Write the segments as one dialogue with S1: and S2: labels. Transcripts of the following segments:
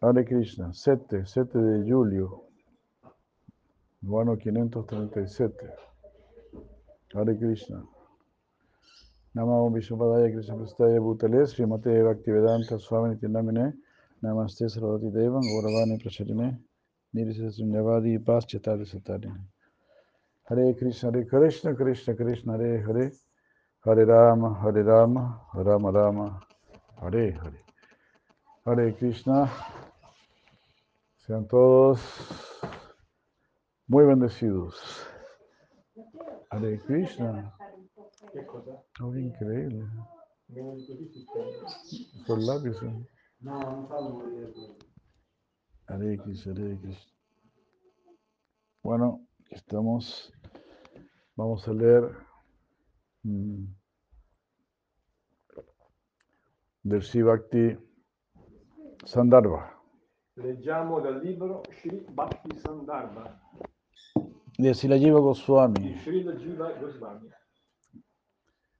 S1: Hare Krishna, 7, 7 de julio, Guano 537. Hare Krishna. Namo Vishnupadaya Krishna Prestaya Bhutale Sri Mate Bhaktivedanta Swami Nityanamine Namaste Sarvati Devan Gauravani Pracharine Nirisa Sunyavadi Paschatari Satarine Hare Krishna Hare Krishna Krishna Krishna Hare Hare Hare Rama Hare Rama Rama Rama Hare Hare Hare Krishna Sean todos muy bendecidos. Hare Krishna.
S2: ¿Qué cosa?
S1: Oh, increíble.
S2: ¿Vengo de tu
S1: Por lápices.
S2: No, no salgo de eso.
S1: Hare Krishna, Hare Krishna. Bueno, aquí estamos. Vamos a leer mm, del Sivakti Sandarbha.
S2: Leggiamo dal libro Sri Bhakti Sandarbha
S1: De Silajiva
S2: di
S1: Goswami.
S2: Srila Jiva Goswami.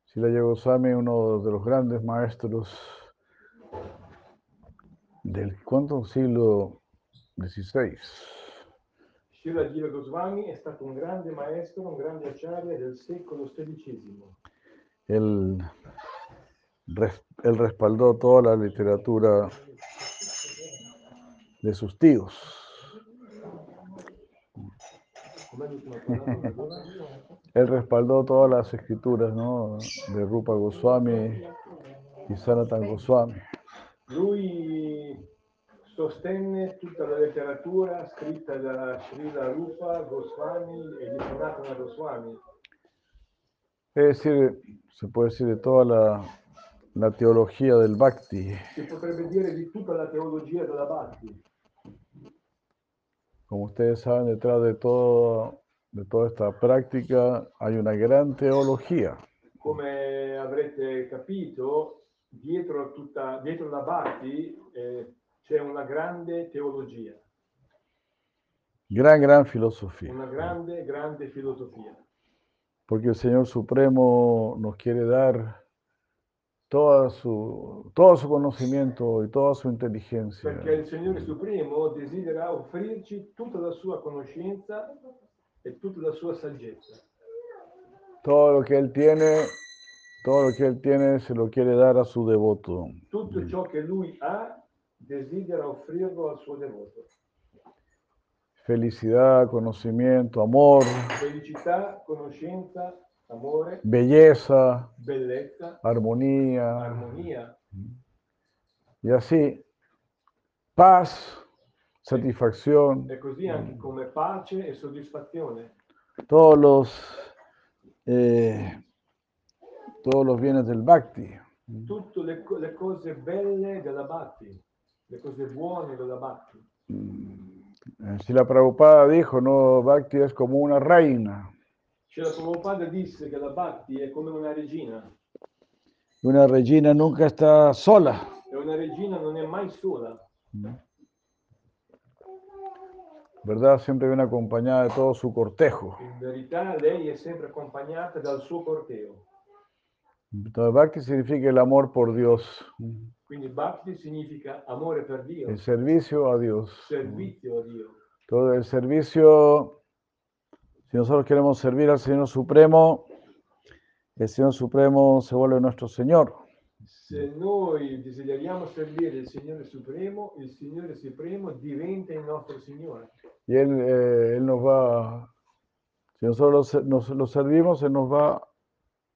S1: Silajiva Goswami es uno de los grandes maestros del ¿cuánto? siglo XVI.
S2: Srila Jiva Goswami è stato un grande maestro, un grande acciaio del secolo XVI.
S1: Él, res- él respaldó toda la literatura de sus tíos.
S2: Com'è l'ultima parola? Allora?
S1: Él respaldó todas las escrituras ¿no? de Rupa Goswami y Sanatan Goswami.
S2: Lui sostenne tutta la letteratura scritta da Srila Rupa Goswami e di Sanatana Goswami.
S1: Es decir, se puede decir de toda la, la teología del Bhakti,
S2: Si potrebbe dire di tutta la teologia della Bhakti.
S1: Como ustedes saben, detrás de todo, de toda esta práctica hay una gran teología.
S2: Come avrete capito, dietro, tutta, dietro la Bhakti eh, c'è una grande teologia,
S1: Gran, gran filosofía.
S2: una grande, grande filosofia.
S1: Porque el Señor Supremo nos quiere dar toda su, todo su conocimiento y toda su inteligencia.
S2: Perché il Signore Supremo desidera offrirci tutta la sua conoscenza e tutta la sua saggezza.
S1: Todo lo que Él tiene, todo lo que Él tiene se lo quiere dar a su devoto.
S2: Tutto ciò che Lui ha desidera offrirlo al suo devoto.
S1: Felicidad, conocimiento, amor,
S2: Felicità, conoscenza, amore,
S1: belleza,
S2: bellezza,
S1: armonía,
S2: armonia,
S1: Y así, paz, satisfacción,
S2: e così anche come pace e soddisfazione.
S1: todos los, eh, todos los bienes del bhakti.
S2: tutte le, co- le cose belle della Bhakti, le cose buone della Bhakti.
S1: Si la Mm. Eh, Prabhupada dijo, no, bhakti es como una reina.
S2: C'era Prabhupada disse che la Bhakti è come una regina
S1: Y Una reina nunca está sola.
S2: e una regina non è mai sola,
S1: ¿Verdad? Siempre viene acompañada de todo su cortejo.
S2: in verità lei è sempre accompagnata dal suo corteo.
S1: Entonces, bhakti significa el amor por Dios,
S2: Quindi Bhakti significa amore per Dio,
S1: el servicio a Dios.
S2: servizio a Dio.
S1: Todo el servicio, si nosotros queremos servir al Señor Supremo, el Señor Supremo se vuelve nuestro Señor.
S2: Se noi desideriamo servire il Signore Supremo, il Signore Supremo diventa il nostro Signore.
S1: Y Él, eh, Él nos va, si nosotros lo se- nos, lo servimos, Él nos va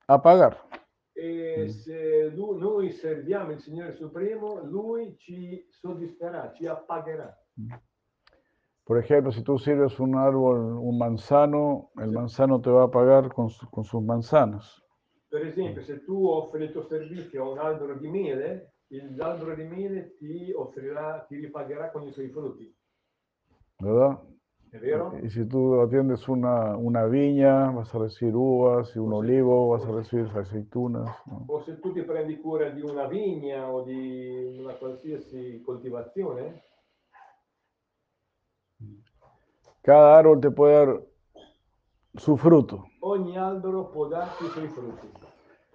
S1: a pagar.
S2: E se lu- noi serviamo il Signore Supremo, Lui ci soddisferà, ci appagherà.
S1: Por ejemplo, si tú sirves un árbol, un manzano, el manzano te va a pagar con, su- con sus manzanas.
S2: Per esempio, se tu offri il tuo servizio a un albero di miele, il- l'albero di miele ti offrirà, ti ripagherà con i suoi frutti.
S1: ¿Verdad?
S2: È vero?
S1: Y si tú atiendes una, una viña, vas a recibir uvas, y un olivo, vas a recibir aceitunas. ¿no?
S2: O se tu ti prendi cura di una vigna o di una qualsiasi coltivazione,
S1: Cada árbol te puede dar su fruto.
S2: ogni albero può darti i suoi frutti.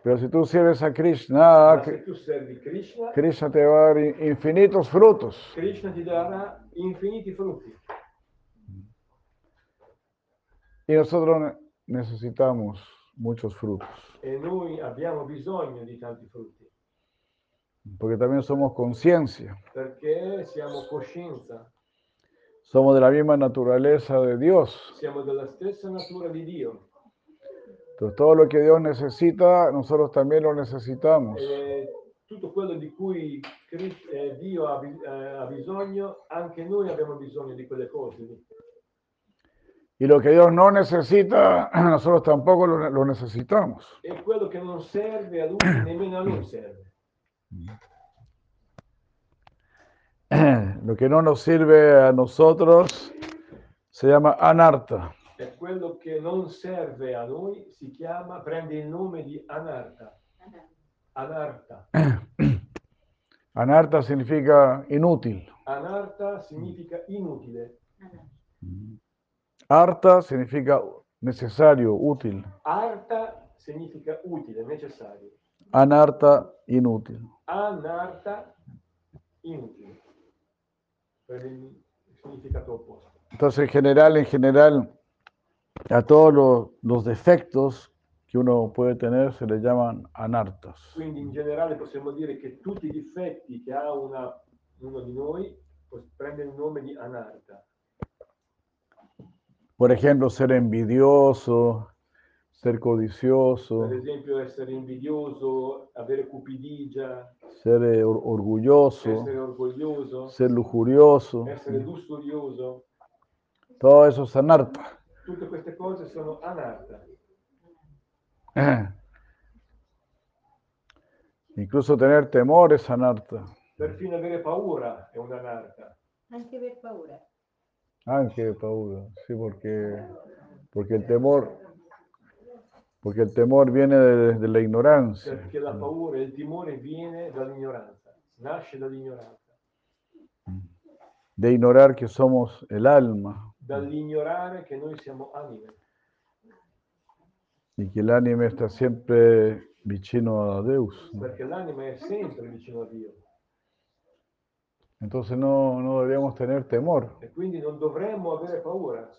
S1: Pero si tú sirves a Krishna,
S2: Ma se tu servi Krishna,
S1: Krishna te va a dar in- infinitos frutos.
S2: Krishna ti darà infiniti frutti.
S1: Y nosotros necesitamos muchos frutos,
S2: E noi abbiamo bisogno di tanti frutti,
S1: porque también somos conciencia,
S2: perché siamo coscienza,
S1: somos de la misma naturaleza de Dios.
S2: siamo della stessa natura di Dio.
S1: Entonces todo lo que Dios necesita, nosotros también lo necesitamos.
S2: E tutto quello di cui Cris- eh, Dio ha, bi- eh, ha bisogno, anche noi abbiamo bisogno di quelle cose. lì.
S1: Y lo que Dios no necesita, nosotros tampoco lo, lo necesitamos.
S2: E quello che non serve a lui, nemmeno a lui serve.
S1: Lo que no nos sirve a nosotros se llama anarta.
S2: E quello che non serve a noi si chiama, prende il nome di Anarta. Anarta.
S1: Anarta significa inútil.
S2: Anarta significa inutile.
S1: Arta significa necesario, útil.
S2: Arta significa utile, necessario.
S1: Anarta, inútil.
S2: Anarta, inutile. Per il significato opposto.
S1: Entonces, en general, en general, a todos lo- los defectos que uno puede tener se les llaman anartas.
S2: Quindi in generale possiamo dire che tutti i difetti che ha una- uno di noi pos- prende il nome di anarta.
S1: Por ejemplo, ser envidioso, ser codicioso,
S2: Per esempio essere invidioso, avere cupidigia,
S1: ser eh, or- orgulloso,
S2: essere orgoglioso,
S1: ser lujurioso.
S2: essere lusturioso.
S1: Todo eso es anarta.
S2: Tutte queste cose sono anarta.
S1: Incluso tener temor es anarta.
S2: Perfino avere paura è un'anarta.
S3: Anche per paura.
S1: Ángel, Paula, sí, porque, porque el temor, porque el temor viene de, de la ignorancia.
S2: Perché la paura e il timore viene dall'ignoranza, nasce dall'ignoranza,
S1: de ignorar que somos el alma
S2: dall'ignorare che noi siamo anime
S1: y que el ánima está siempre vicino a Deus. ¿no?
S2: perché l'anima è sempre vicino a Dio.
S1: Entonces no, no deberíamos tener temor.
S2: E quindi non dovremmo avere paura.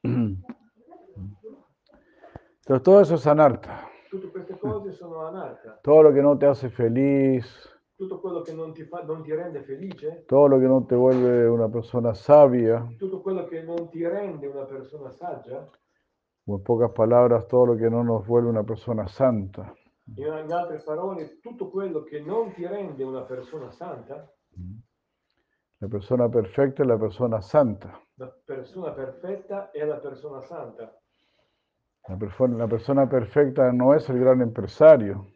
S1: Entonces todo eso es anarta.
S2: Tutte queste cose sono anarta.
S1: Todo lo que no te hace feliz,
S2: Tutto quello che non ti, fa, non ti rende felice,
S1: todo lo que no te vuelve una persona sabia,
S2: tutto quello che non ti rende una persona saggia,
S1: o en pocas palabras, todo lo que no nos vuelve una persona santa.
S2: in, in altre parole, tutto quello che non ti rende una persona santa,
S1: La persona perfecta es la persona santa.
S2: la persona perfetta è la persona santa.
S1: La, perfo- la persona perfecta no es el gran empresario,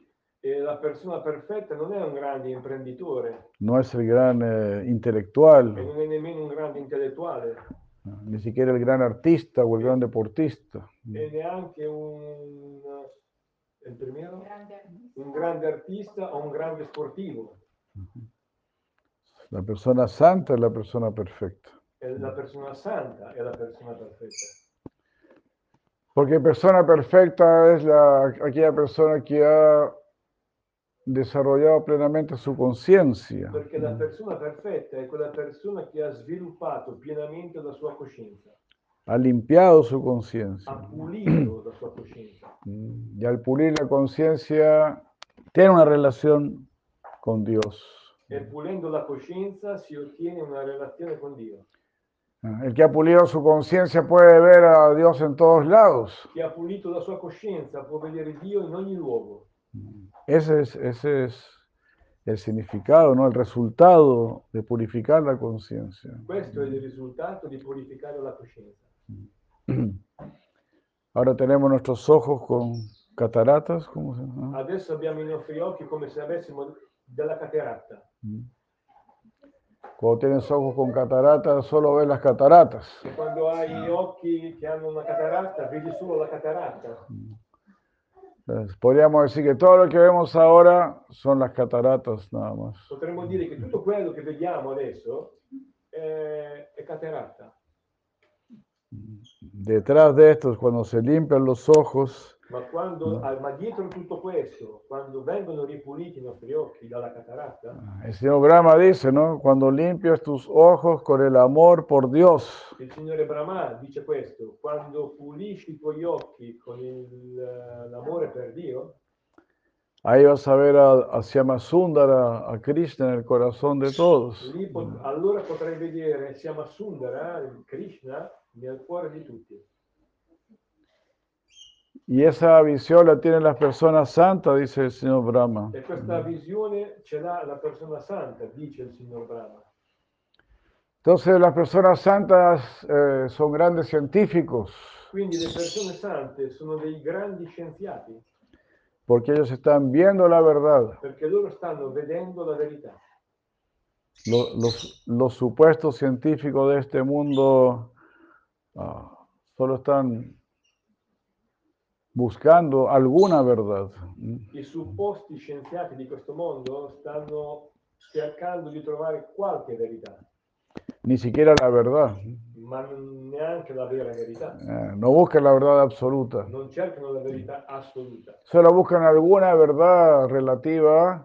S2: E la persona perfetta non è un grande imprenditore
S1: no es el gran eh,
S2: e
S1: intelectual,
S2: non è nemmeno un grande intellettuale
S1: ni siquiera el gran artista o el gran deportista.
S2: e neanche un, il primo?
S3: Grande
S2: un grande artista o un grande sportivo.
S1: La persona santa es la persona perfecta.
S2: È la persona santa, è la persona perfetta.
S1: Porque persona perfecta es la, aquella persona que ha desarrollado plenamente su conciencia.
S2: Perché la persona perfetta è quella persona che ha sviluppato pienamente la sua coscienza,
S1: ha limpiado su
S2: ha
S1: conciencia.
S2: pulito la sua coscienza.
S1: Y al pulir la conciencia, tiene una relación con Dios.
S2: E pulendo la coscienza si ottiene una relazione con Dio.
S1: Ah, El que ha pulido su conciencia puede ver a Dios en todos lados.
S2: Chi ha pulito la sua coscienza può vedere Dio in ogni luogo.
S1: Ese es, ese es el significado, ¿no? el resultado de purificar la conciencia.
S2: Questo è il risultato di purificare la coscienza.
S1: Ahora tenemos nuestros ojos con cataratas, ¿cómo se llama?
S2: Adesso abbiamo i nostri occhi come se avessimo della cateratta.
S1: Cuando tienes ojos con cataratas, solo ves las cataratas.
S2: E quando hai gli occhi che hanno una cataratta, vedi solo la cataratta.
S1: Entonces, podríamos decir que todo lo que vemos ahora son las cataratas nada más.
S2: Potremmo dire che tutto quello che vediamo adesso eh, è cateratta.
S1: Detrás de esto, cuando se limpian los ojos,
S2: Ma, quando, ah, ma dietro tutto questo, quando vengono ripuliti i nostri occhi dalla cataratta,
S1: El señor Brahma dice, ¿no? Cuando limpias tus ojos con el amor por Dios,
S2: il signore Brahma dice questo, quando pulisci i tuoi occhi con il, eh, l'amore per Dio,
S1: ahí vas a ver a, a Syama Sundara, a Krishna en el corazón de todos.
S2: lì pot- allora potrai vedere Siama Sundara, il Krishna, nel cuore di tutti.
S1: Y esa visión la tienen las personas santas, dice el señor Brahma.
S2: E questa visione ce l'ha la persona santa, dice il signor Brahma.
S1: Entonces las personas santas eh, son grandes científicos,
S2: Quindi le persone sante sono dei grandi scienziati,
S1: porque ellos están viendo la verdad.
S2: perché loro stanno vedendo la verità.
S1: Lo- Los, los supuestos científicos de este mundo ah, solo están buscando alguna verdad. ¿m?
S2: I supposti scienziati di questo mondo stanno cercando di trovare qualche verità,
S1: Ni siquiera la verdad.
S2: ma non neanche la vera verità.
S1: Eh, no buscan la verdad absoluta.
S2: Non cercano la verità assoluta,
S1: Solo buscan alguna verdad relativa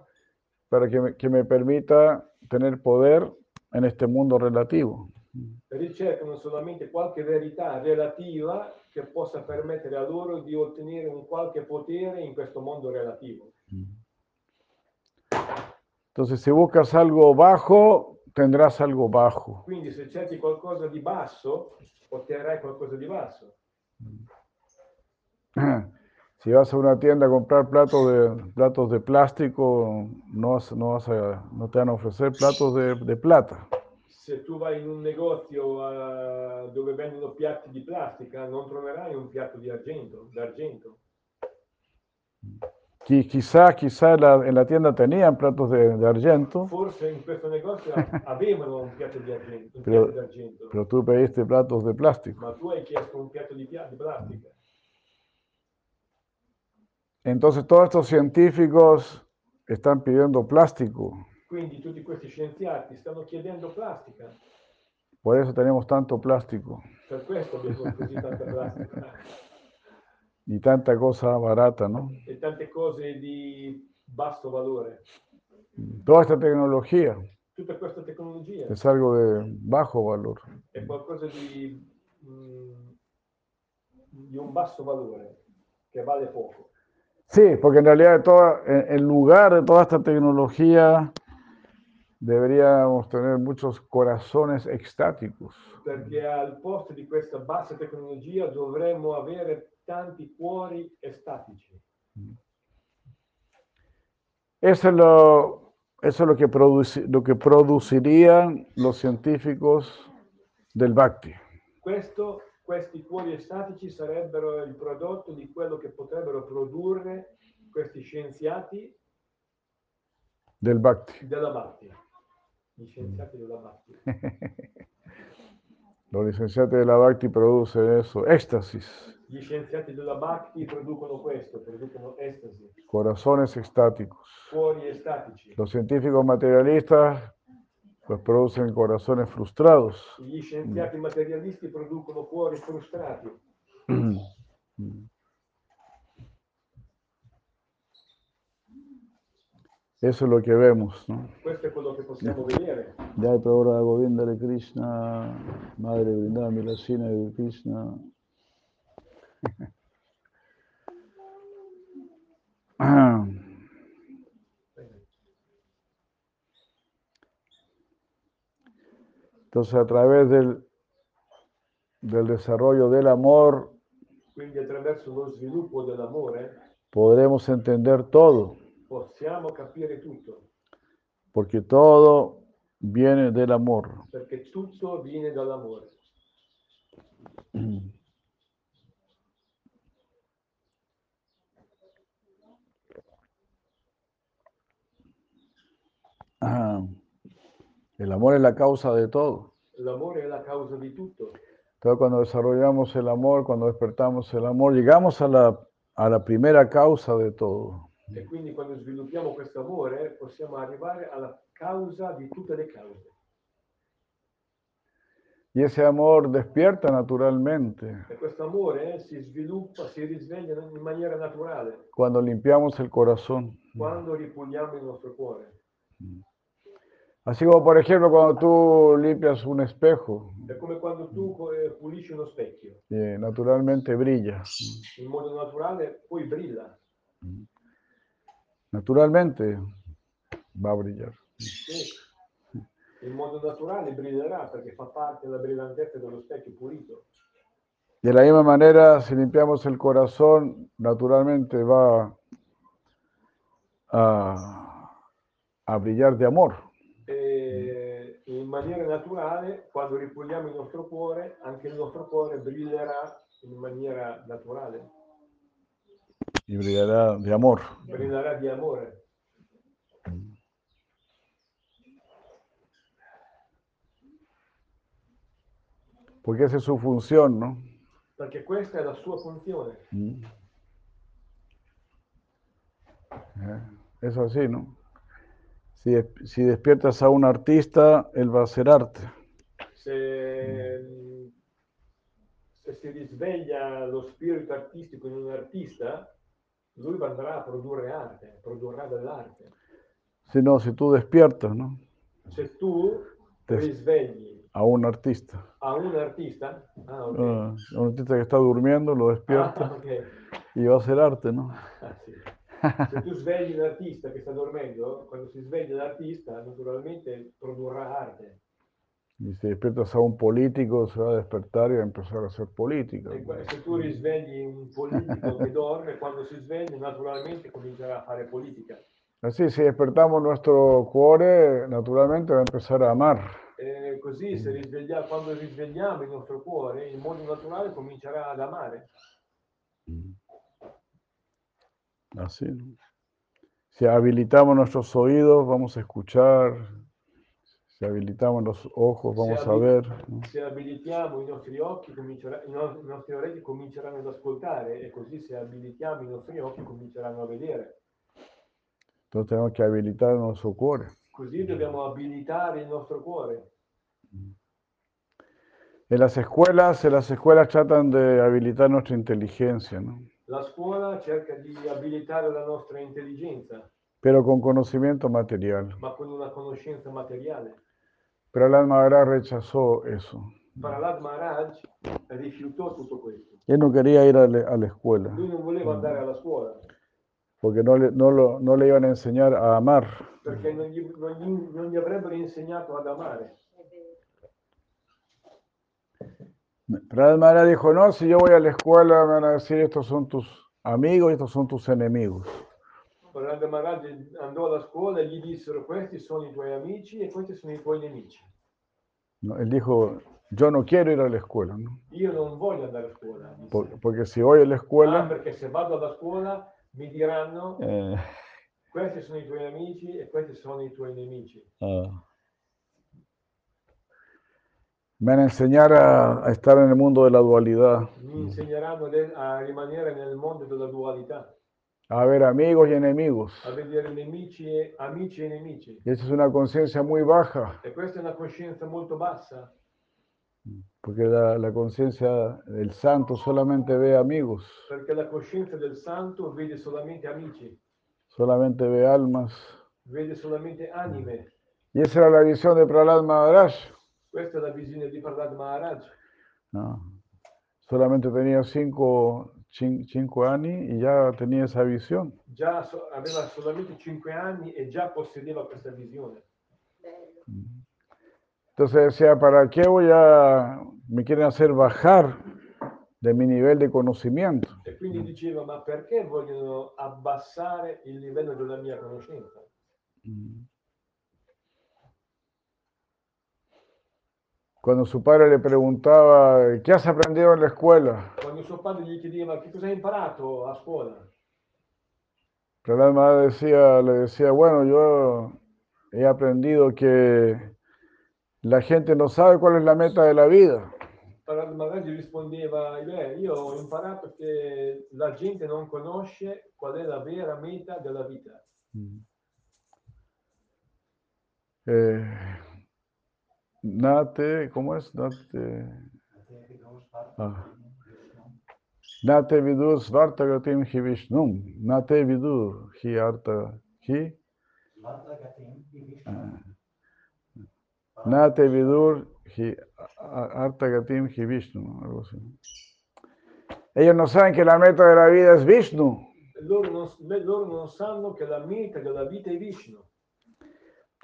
S1: para que me, que me permita tener poder en este mundo relativo.
S2: ricercano solamente qualche verità relativa che possa permettere a loro di ottenere un qualche potere in questo mondo relativo.
S1: Entonces, si buscas algo bajo, tendrás algo bajo.
S2: Quindi se cerchi qualcosa di basso, otterrai qualcosa di basso.
S1: Si vas a una tienda a comprar platos de, platos de plástico, no, vas- no, vas a- no te van a ofrecer platos de, de plata.
S2: Se tu vai in un negozio eh, dove vendono piatti di plastica, non troverai un piatto di argento, d'argento.
S1: Qui- Quizá, quizá en la, en la tienda tenían platos de, de argento,
S2: Forse in questo negozio avevano un piatto di argento, un
S1: Però-
S2: piatto d'argento,
S1: pero tú pediste platos de plástico.
S2: ma tu hai chiesto un piatto di, pia- di plastica.
S1: Entonces, todos estos científicos están pidiendo plástico.
S2: Quindi tutti questi scienziati stanno chiedendo plastica.
S1: Por eso tenemos tanto plástico
S2: Per questo abbiamo così tanta plastica.
S1: y tanta cosa barata, ¿no?
S2: E tante cose di basso valore.
S1: Toda esta tecnología
S2: Tutta questa tecnologia.
S1: es algo de bajo valor.
S2: è qualcosa di, mm, di un basso valore che vale poco.
S1: Sí, porque en realidad toda, en en lugar de toda esta tecnología deberíamos tener muchos corazones extáticos.
S2: Perché al posto di questa bassa tecnologia dovremmo avere tanti cuori estatici.
S1: Eso es lo, eso es lo, que, produci- lo que producirían los científicos del Bhakti.
S2: Questo- questi cuori estatici sarebbero il prodotto di quello che potrebbero produrre questi scienziati
S1: Del Bhakti.
S2: della Bhatti. Gli scienziati della Bhatti.
S1: Los licenciados de la Bhakti producen eso, éxtasis,
S2: Gli scienziati della Bhatti producono questo, producono estasi,
S1: corazones extáticos.
S2: cuori estatici.
S1: Los científicos materialistas pues producen corazones frustrados.
S2: Gli scienziati materialisti producono cuori frustrati.
S1: Eso es lo que vemos, ¿no?
S2: Questo è quello che possiamo vedere.
S1: Jai Prabhupada Govinda Hare Krishna, Madre Brindada Milasina de Krishna. Entonces, a través del, del desarrollo del amor,
S2: Quindi attraverso lo sviluppo dell'amore
S1: podremos entender todo,
S2: possiamo capire tutto,
S1: porque todo viene del amor.
S2: perché tutto viene dall'amore.
S1: El amor es la causa de todo.
S2: L'amore è la causa di tutto.
S1: Entonces, cuando desarrollamos el amor, cuando despertamos el amor, llegamos a la, a la primera causa de todo.
S2: E quindi quando sviluppiamo questo amore possiamo arrivare alla causa di tutte le cause.
S1: Y ese amor despierta naturalmente
S2: E questo amore eh, si sviluppa, si risveglia in maniera naturale
S1: cuando limpiamos el corazón.
S2: quando ripuliamo il nostro cuore.
S1: Así como, por ejemplo, cuando tú limpias un espejo,
S2: È come quando tu eh, pulisci uno specchio,
S1: eh, naturalmente brilla.
S2: in modo naturale poi brilla,
S1: Naturalmente va a brillar.
S2: Sì. in modo naturale brillerà perché fa parte della brillantezza dello specchio pulito.
S1: De la misma manera, si limpiamos el corazón, naturalmente va a, a brillar de amor.
S2: E in maniera naturale, quando ripuliamo il nostro cuore, anche il nostro cuore brillerà in maniera naturale,
S1: Y brillará de amor.
S2: brillerà di amore.
S1: Porque esa es su función, ¿no?
S2: Perché questa è la sua funzione.
S1: Mm. Eh, Es así, ¿no? Si, des- si despiertas a un artista, él va a hacer arte.
S2: Se, se si risveglia lo spirito artistico in un artista, lui andrà a produrre arte, produrrà dell'arte.
S1: Si no, si tú despiertas, ¿no?
S2: Se tu
S1: Te-
S2: risvegli
S1: A un artista.
S2: a un artista, ah, ok.
S1: Ah, a un artista que está durmiendo, lo despiertas
S2: Ah, ok.
S1: y va a hacer arte, ¿no?
S2: Ah, sì. Se tu svegli un artista che sta dormendo, quando si sveglia l'artista, naturalmente produrrà arte.
S1: Y si despiertas a un político, se va a despertar y va a empezar a hacer política.
S2: E qua- se tu risvegli un politico che dorme, quando si sveglia, naturalmente comincerà a fare politica.
S1: Así, si despertamos nuestro cuore, naturalmente va a empezar a amar.
S2: E così, se risveglia- quando risvegliamo il nostro cuore, il mondo naturale comincerà ad amare.
S1: Así. ¿no? Si habilitamos nuestros oídos, vamos a escuchar. Si habilitamos los ojos,
S2: Si
S1: vamos a
S2: habi-
S1: ver. ¿no?
S2: Se abilitiamo i nostri occhi, comincerà- i, no- i nostri orecchi cominceranno ad ascoltare, e così, se abilitiamo i nostri occhi, cominceranno a vedere.
S1: Entonces tenemos que habilitar nuestro cuore.
S2: Così dobbiamo abilitare il nostro cuore.
S1: En las escuelas, en las escuelas tratan de habilitar nuestra inteligencia, ¿no?
S2: La scuola cerca di abilitare la nostra intelligenza,
S1: pero con conocimiento material.
S2: ma con una conoscenza materiale.
S1: Pero el alma Maharaj rechazó eso.
S2: Prahlad Maharaj rifiutò tutto questo.
S1: Él no quería ir a, la- a la escuela,
S2: Lui non voleva andare alla scuola
S1: porque no le, no lo- no le iban a enseñar a amar.
S2: perché non gli, non gli- non gli avrebbero insegnato ad amare.
S1: Pero el Maharaj dijo, no, si yo voy a la escuela me van a decir, estos son tus amigos y estos son tus enemigos.
S2: Prahlad Maharaj andò alla scuola e gli dissero questi sono i tuoi amici e questi sono i tuoi nemici.
S1: No, Él dijo, yo no quiero ir a la escuela, ¿no?
S2: Io non voglio andare a scuola. disse.
S1: Por- porque si voy a la
S2: Ah,
S1: escuela,
S2: perché se vado alla scuola mi diranno
S1: eh,
S2: questi sono i tuoi amici e questi sono i tuoi nemici.
S1: ah, me van a enseñar a- a estar en el mundo de la dualidad.
S2: mi insegneranno de- a rimanere nel mondo della dualità,
S1: a ver amigos y enemigos.
S2: a vedere nemici e, amici e nemici.
S1: Y esa es una conciencia muy baja,
S2: E questa è una coscienza molto bassa,
S1: porque la, la conciencia del santo solamente ve amigos,
S2: perché la coscienza del santo vede solamente amici,
S1: solamente ve almas.
S2: vede solamente anime.
S1: Y esa era la visión de Prahlad Maharaj.
S2: Questa è la visione di Prahlad Maharaj.
S1: ¿no? Solamente tenía cinco, cin- cinco ani y ya tenía esa visión.
S2: Già so- aveva solamente 5 anni e già possedeva questa visione.
S1: Entonces decía, ¿para qué voy a... me quieren hacer bajar de mi nivel de conocimiento?
S2: E quindi diceva, ma perché vogliono abbassare il livello della mia conoscenza?
S1: Cuando su padre le preguntaba, ¿qué has aprendido en la escuela?
S2: Quando suo padre gli chiedeva che cosa hai imparato a scuola,
S1: Prahlad Maharaj decía, le decía, bueno, yo he aprendido que la gente no sabe cuál es la meta de la vida.
S2: Parad Maharaj rispondeva, "Beh, io ho imparato che la gente non conosce qual è la vera meta della vita.
S1: Mm. Eh, Nate, ¿cómo es? Nate. Ah. Nate vidur svarta gatim hi vishnum. Nate vidur hi arta hi. Ah. Nate vidur hi a- arta gatim hi vishnum. Algo así. Ellos no saben que la meta de la vida es Vishnu.
S2: Loro non, loro non sanno che la meta della vita è Vishnu,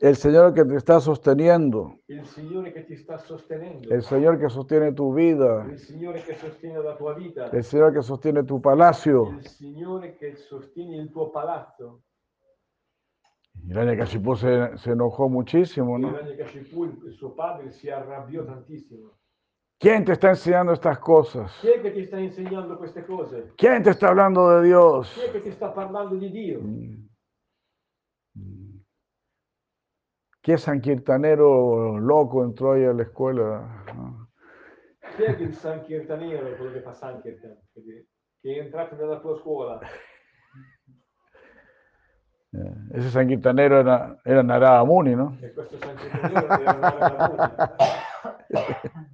S1: El Señor que te está sosteniendo,
S2: il Signore che ti sta sostenendo,
S1: el Señor que sostiene tu vida,
S2: il Signore che sostiene la tua vita,
S1: el Señor que sostiene tu palacio.
S2: il Signore che sostiene il tuo palazzo.
S1: Hiranyakashipu pues se, se enojó muchísimo, ¿no?
S2: Hiranyakashipu, il il suo padre, si arrabbiò tantissimo.
S1: ¿Quién te está enseñando estas cosas?
S2: Chi è che ti sta insegnando queste cose?
S1: ¿Quién te está hablando de Dios?
S2: Chi è che ti sta parlando di Dio?
S1: Mm. Mm. ¿Qué sankirtanero loco entró ahí a la escuela? no?
S2: Chi è che il Sankirtanero, quello che fa Sankirtan, che dire, che è entrato nella tua scuola?
S1: Eh, Ese sankirtanero era, era Narada Muni, ¿no?
S2: E questo Sankirtanero deve andare da voi.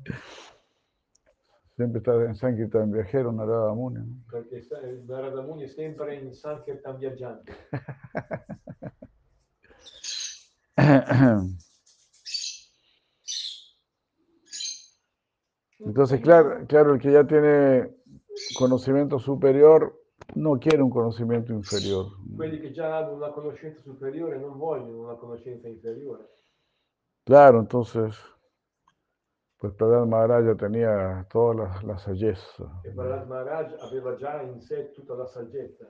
S1: Siempre está en sankirtan viajero, Narada Muni. ¿no?
S2: Perché sa- Narada Muni è sempre in Sankirtan viaggiante.
S1: Entonces, claro, claro, el que ya tiene conocimiento superior no quiere un conocimiento inferior.
S2: Quelli che già hanno una conoscenza superiore non vogliono una conoscenza inferiore.
S1: Claro, entonces, pues Prahlad Maharaj ya tenía todas las, las bellezas.
S2: E Bharat Maharaj aveva già in sé tutta la saggezza.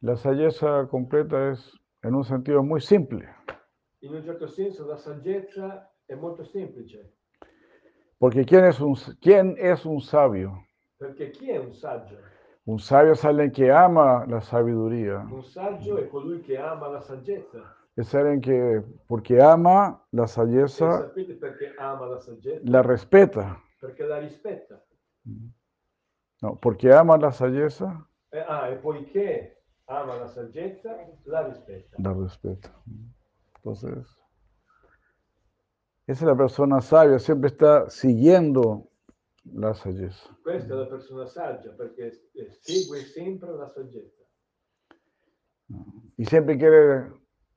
S1: La belleza completa es, en un sentido muy simple,
S2: In un certo senso la saggezza è molto semplice,
S1: porque ¿quién es un, quién es un sabio?
S2: perché chi è un saggio?
S1: Un sabio es alguien que ama la sabiduría.
S2: Un saggio è colui che ama la saggezza.
S1: Es alguien que, porque ama la
S2: E
S1: belleza,
S2: sapete perché ama la saggezza?
S1: la respeta.
S2: Perché la rispetta.
S1: No, porque ama la belleza,
S2: E, ah, e poiché ama la saggezza, la rispetta.
S1: la respeta. Entonces, esa es la persona sabia, siempre está siguiendo la belleza.
S2: Questa è la persona saggia, perché eh, segue sempre la saggezza
S1: Y siempre quiere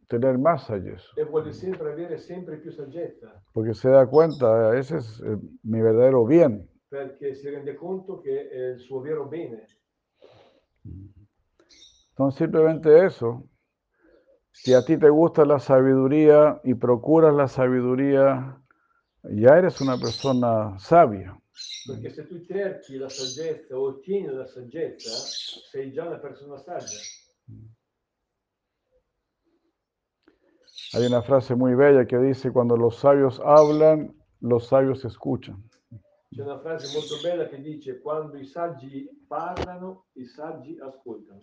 S1: tener más belleza,
S2: e vuole sempre avere sempre più saggezza,
S1: porque se da cuenta, ese es eh, mi verdadero bien.
S2: perché si rende conto che è il suo vero bene.
S1: Entonces, simplemente eso. Si a ti te gusta la sabiduría y procuras la sabiduría, ya eres una persona sabia.
S2: Perché se tu cerchi la saggezza o ottieni la saggezza, sei già una persona saggia.
S1: Hay una frase muy bella que dice, cuando los sabios hablan, los sabios escuchan.
S2: C'è una frase molto bella che dice quando i saggi parlano, i saggi ascoltano.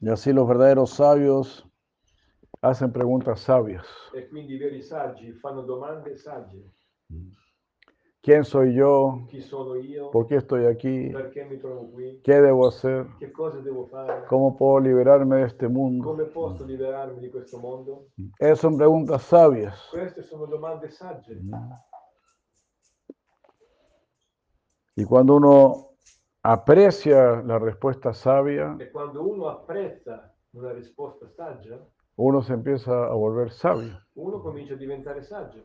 S1: Y así los verdaderos sabios hacen preguntas sabias.
S2: E quindi i veri saggi fanno domande sagge.
S1: ¿Quién soy yo?
S2: Chi sono io?
S1: ¿Por qué estoy aquí?
S2: Perché mi trovo qui?
S1: ¿Qué debo hacer?
S2: Che cosa devo fare?
S1: ¿Cómo puedo liberarme de este mundo?
S2: Come posso liberarmi di questo mondo?
S1: Esas son preguntas sabias.
S2: Queste sono domande sagge.
S1: Y cuando uno aprecia la respuesta sabia,
S2: E quando uno apprezza una risposta saggia,
S1: uno se empieza a volver sabio.
S2: uno comincia a diventare saggio.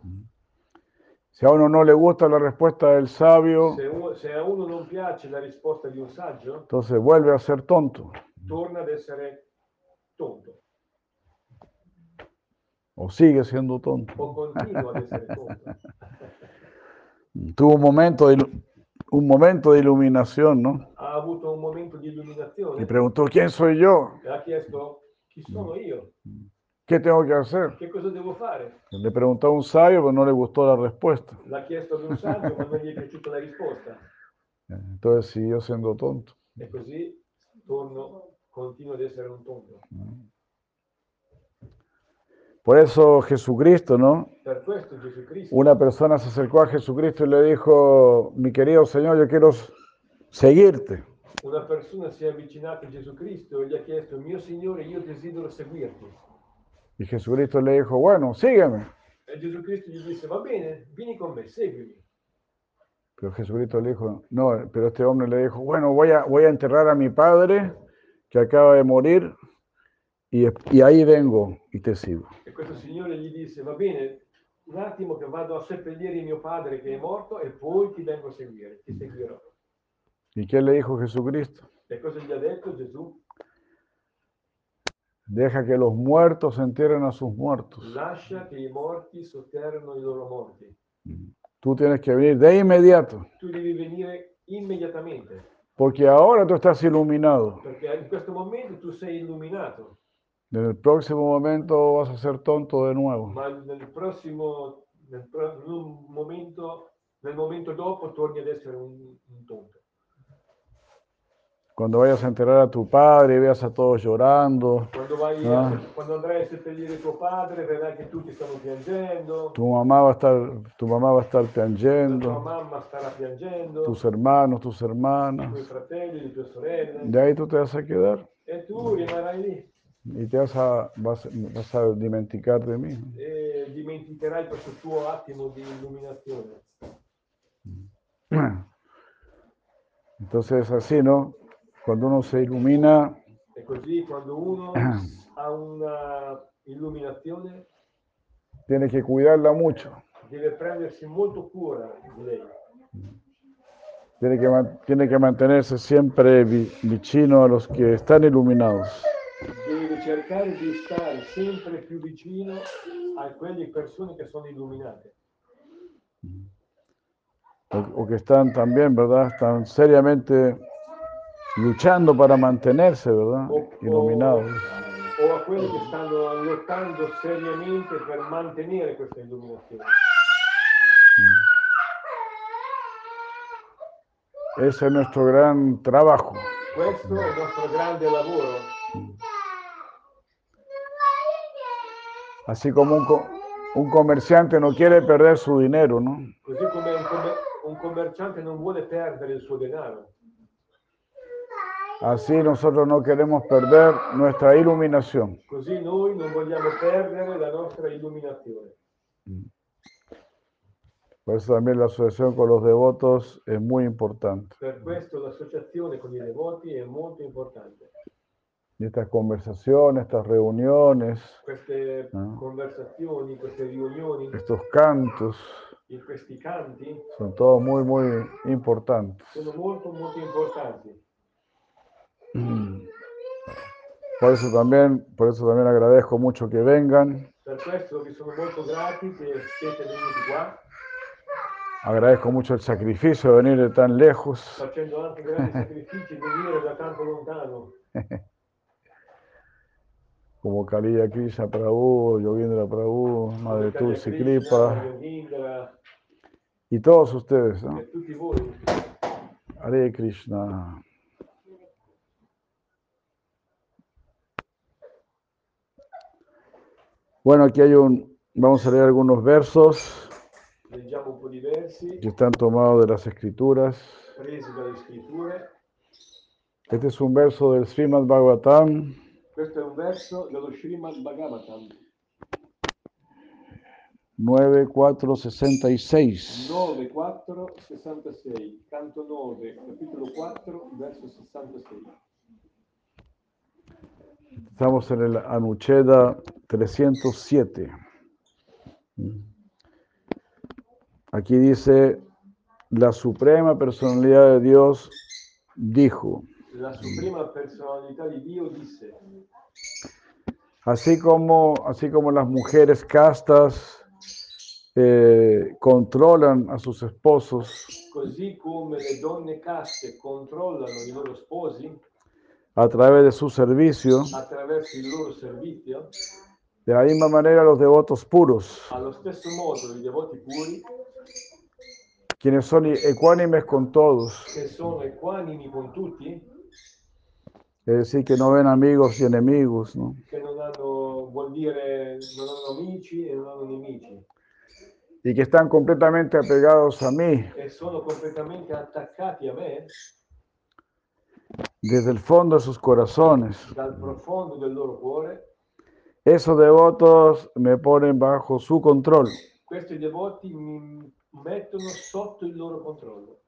S1: Si a uno no le gusta la respuesta del sabio,
S2: Se, u- se a uno non piace la risposta di un saggio,
S1: entonces vuelve a ser tonto
S2: torna ad essere tonto
S1: o sigue siendo tonto.
S2: o continua ad essere tonto.
S1: Tuvo un momento de, ilu- un momento de iluminación, ¿no?
S2: ha avuto un momento di
S1: Y
S2: illuminazione
S1: preguntó, ¿quién soy yo?
S2: e ha chiesto chi sono io,
S1: ¿Qué tengo que hacer?
S2: che cosa devo fare.
S1: Le preguntó a un sabio, pero no le gustó la respuesta.
S2: L'ha chiesto ad un saggio ma non gli è piaciuta la risposta
S1: Entonces siguió siendo tonto.
S2: e così torno, continuo ad essere un tonto.
S1: Por eso Jesucristo, ¿no?
S2: Per questo Gesù Cristo,
S1: Una persona se acercó a Jesucristo y le dijo, mi querido Señor, yo quiero seguirte.
S2: una persona si è avvicinata a Gesù Cristo e gli ha chiesto, mio Signore, io desidero seguirti.
S1: Y Jesucristo le dijo, bueno, sígueme.
S2: E Gesù Cristo gli disse, va bene, vieni con me, seguimi.
S1: Pero Jesucristo le dijo, no, pero este hombre le dijo, bueno, voy a, voy a enterrar a mi padre que acaba de morir y, y ahí vengo y te sigo.
S2: E questo Signore gli disse, va bene, un attimo che vado a seppellire mio padre che è morto e poi ti vengo a seguire, ti seguirò.
S1: ¿Y qué le dijo Jesucristo?
S2: E cosa gli ha detto Gesù?
S1: Deja que los muertos entierren a sus muertos.
S2: Lascia che i morti sotterrano i loro morti.
S1: Tú tienes que venir de inmediato,
S2: Tu devi venire immediatamente,
S1: porque ahora tú estás iluminado.
S2: perché in questo momento tu sei illuminato,
S1: En el próximo momento vas a ser tonto de nuevo.
S2: ma nel prossimo, nel pro- in un momento, nel momento dopo torni ad essere un, un tonto.
S1: Cuando vayas a enterrar a tu padre y veas a todos llorando,
S2: Quando, vai a-
S1: Ah.
S2: quando andrai a seppellire tuo padre, vedrai che tutti stanno piangendo,
S1: tu mamá va a estar, tu mamá va a estar
S2: la tua
S1: piangendo,
S2: mamma starà piangendo,
S1: tus hermanos, tus
S2: i tuoi
S1: hermanas.
S2: fratelli, le tue sorelle,
S1: De ahí tú te vas a quedar
S2: e tu rimarrai lì
S1: y te vas a, vas, vas a dimenticar de mí.
S2: e dimenticherai questo tuo attimo di illuminazione.
S1: Entonces es así, ¿no? Cuando uno se ilumina,
S2: E così quando uno ha una illuminazione
S1: tiene que cuidarla mucho,
S2: deve prendersi molto cura di lei,
S1: tiene que, man- tiene que mantenerse siempre vi- vicino a los que están iluminados.
S2: deve cercare di stare sempre più vicino a quelle persone che sono illuminate
S1: o, o que están también, ¿verdad? Están seriamente luchando para mantenerse, ¿verdad?
S2: o, o-
S1: Iluminados.
S2: o a quelli che stanno lottando seriamente per mantenere questa illuminazione.
S1: Ese es nuestro gran trabajo.
S2: Questo è il nostro grande lavoro,
S1: Así como un, co- un comerciante no quiere perder su dinero, ¿no?
S2: così come un, commer- un commerciante non vuole perdere il suo denaro,
S1: Así nosotros no queremos perder nuestra iluminación.
S2: così noi non vogliamo perdere la nostra illuminazione.
S1: Por eso también la asociación con los devotos es muy importante.
S2: Per questo l'associazione con i devoti è molto importante.
S1: Y estas conversaciones, estas reuniones,
S2: Queste
S1: Ah.
S2: conversazioni, queste riunioni,
S1: estos cantos,
S2: in questi canti
S1: son todos muy, muy importantes.
S2: sono molto molto importanti.
S1: Por eso también, por eso también agradezco mucho que vengan.
S2: Per questo vi sono molto grati che siete venuti qua,
S1: Agradezco mucho el sacrificio de venir de tan lejos.
S2: facendo anche grandi sacrifici di venire da tanto lontano.
S1: Como Kaliya Krishna Prabhu, Yogendra Prabhu, Madre Tulsi Kripa
S2: Indra
S1: y todos ustedes. ¿no?
S2: e tutti voi.
S1: Hare Krishna. Bueno, aquí hay un. Vamos a leer algunos versos
S2: Leggiamo un po' di versi
S1: que están tomados de las Escrituras.
S2: presi dalle scritture.
S1: Este es un verso del Srimad Bhagavatam,
S2: Questo è un verso dello Srimad Bhagavatam
S1: 9466.
S2: 9466, canto 9, capitolo 4, verso 66.
S1: Estamos en el Anucheda 307. Aquí dice, la Suprema Personalidad de Dios dijo,
S2: La suprema personalità di Dio disse,
S1: así como, así como las mujeres castas eh, controlan a sus esposos
S2: così come le donne caste controllano i loro sposi
S1: a través de su servicio,
S2: attraverso il loro servizio,
S1: de la misma manera los devotos puros
S2: allo stesso modo i devoti puri,
S1: quienes son ecuánimes con todos,
S2: che sono equanimi con tutti,
S1: es decir, que no ven amigos y enemigos, ¿no?
S2: che non hanno, vuol dire, non hanno amici e non hanno nemici,
S1: y que están completamente apegados a mí,
S2: e sono completamente attaccati a me,
S1: desde el fondo de sus corazones.
S2: dal profondo del loro cuore,
S1: Esos devotos me ponen bajo su control.
S2: questi devoti mi mettono sotto il loro controllo.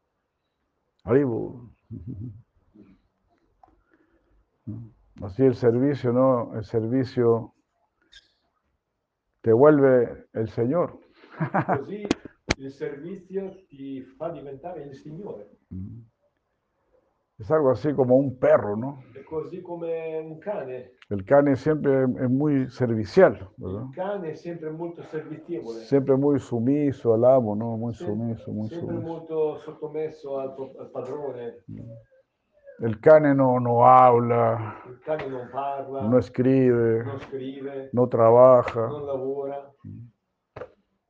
S1: Haribu. Así el servicio, ¿no? El servicio te vuelve el Señor.
S2: Così il servizio ti fa diventare il Signore.
S1: Es algo así como un perro, ¿no?
S2: È così come un cane.
S1: El cane siempre es muy servicial, ¿verdad?
S2: Il cane è sempre molto servizievole,
S1: Siempre muy sumiso al amo, ¿no? Muy sumiso, muy
S2: sempre
S1: sumiso.
S2: molto sottomesso al, pro- al padrone.
S1: El cane no, no habla,
S2: Il cane non parla,
S1: no escribe,
S2: non scrive,
S1: no trabaja.
S2: non lavora.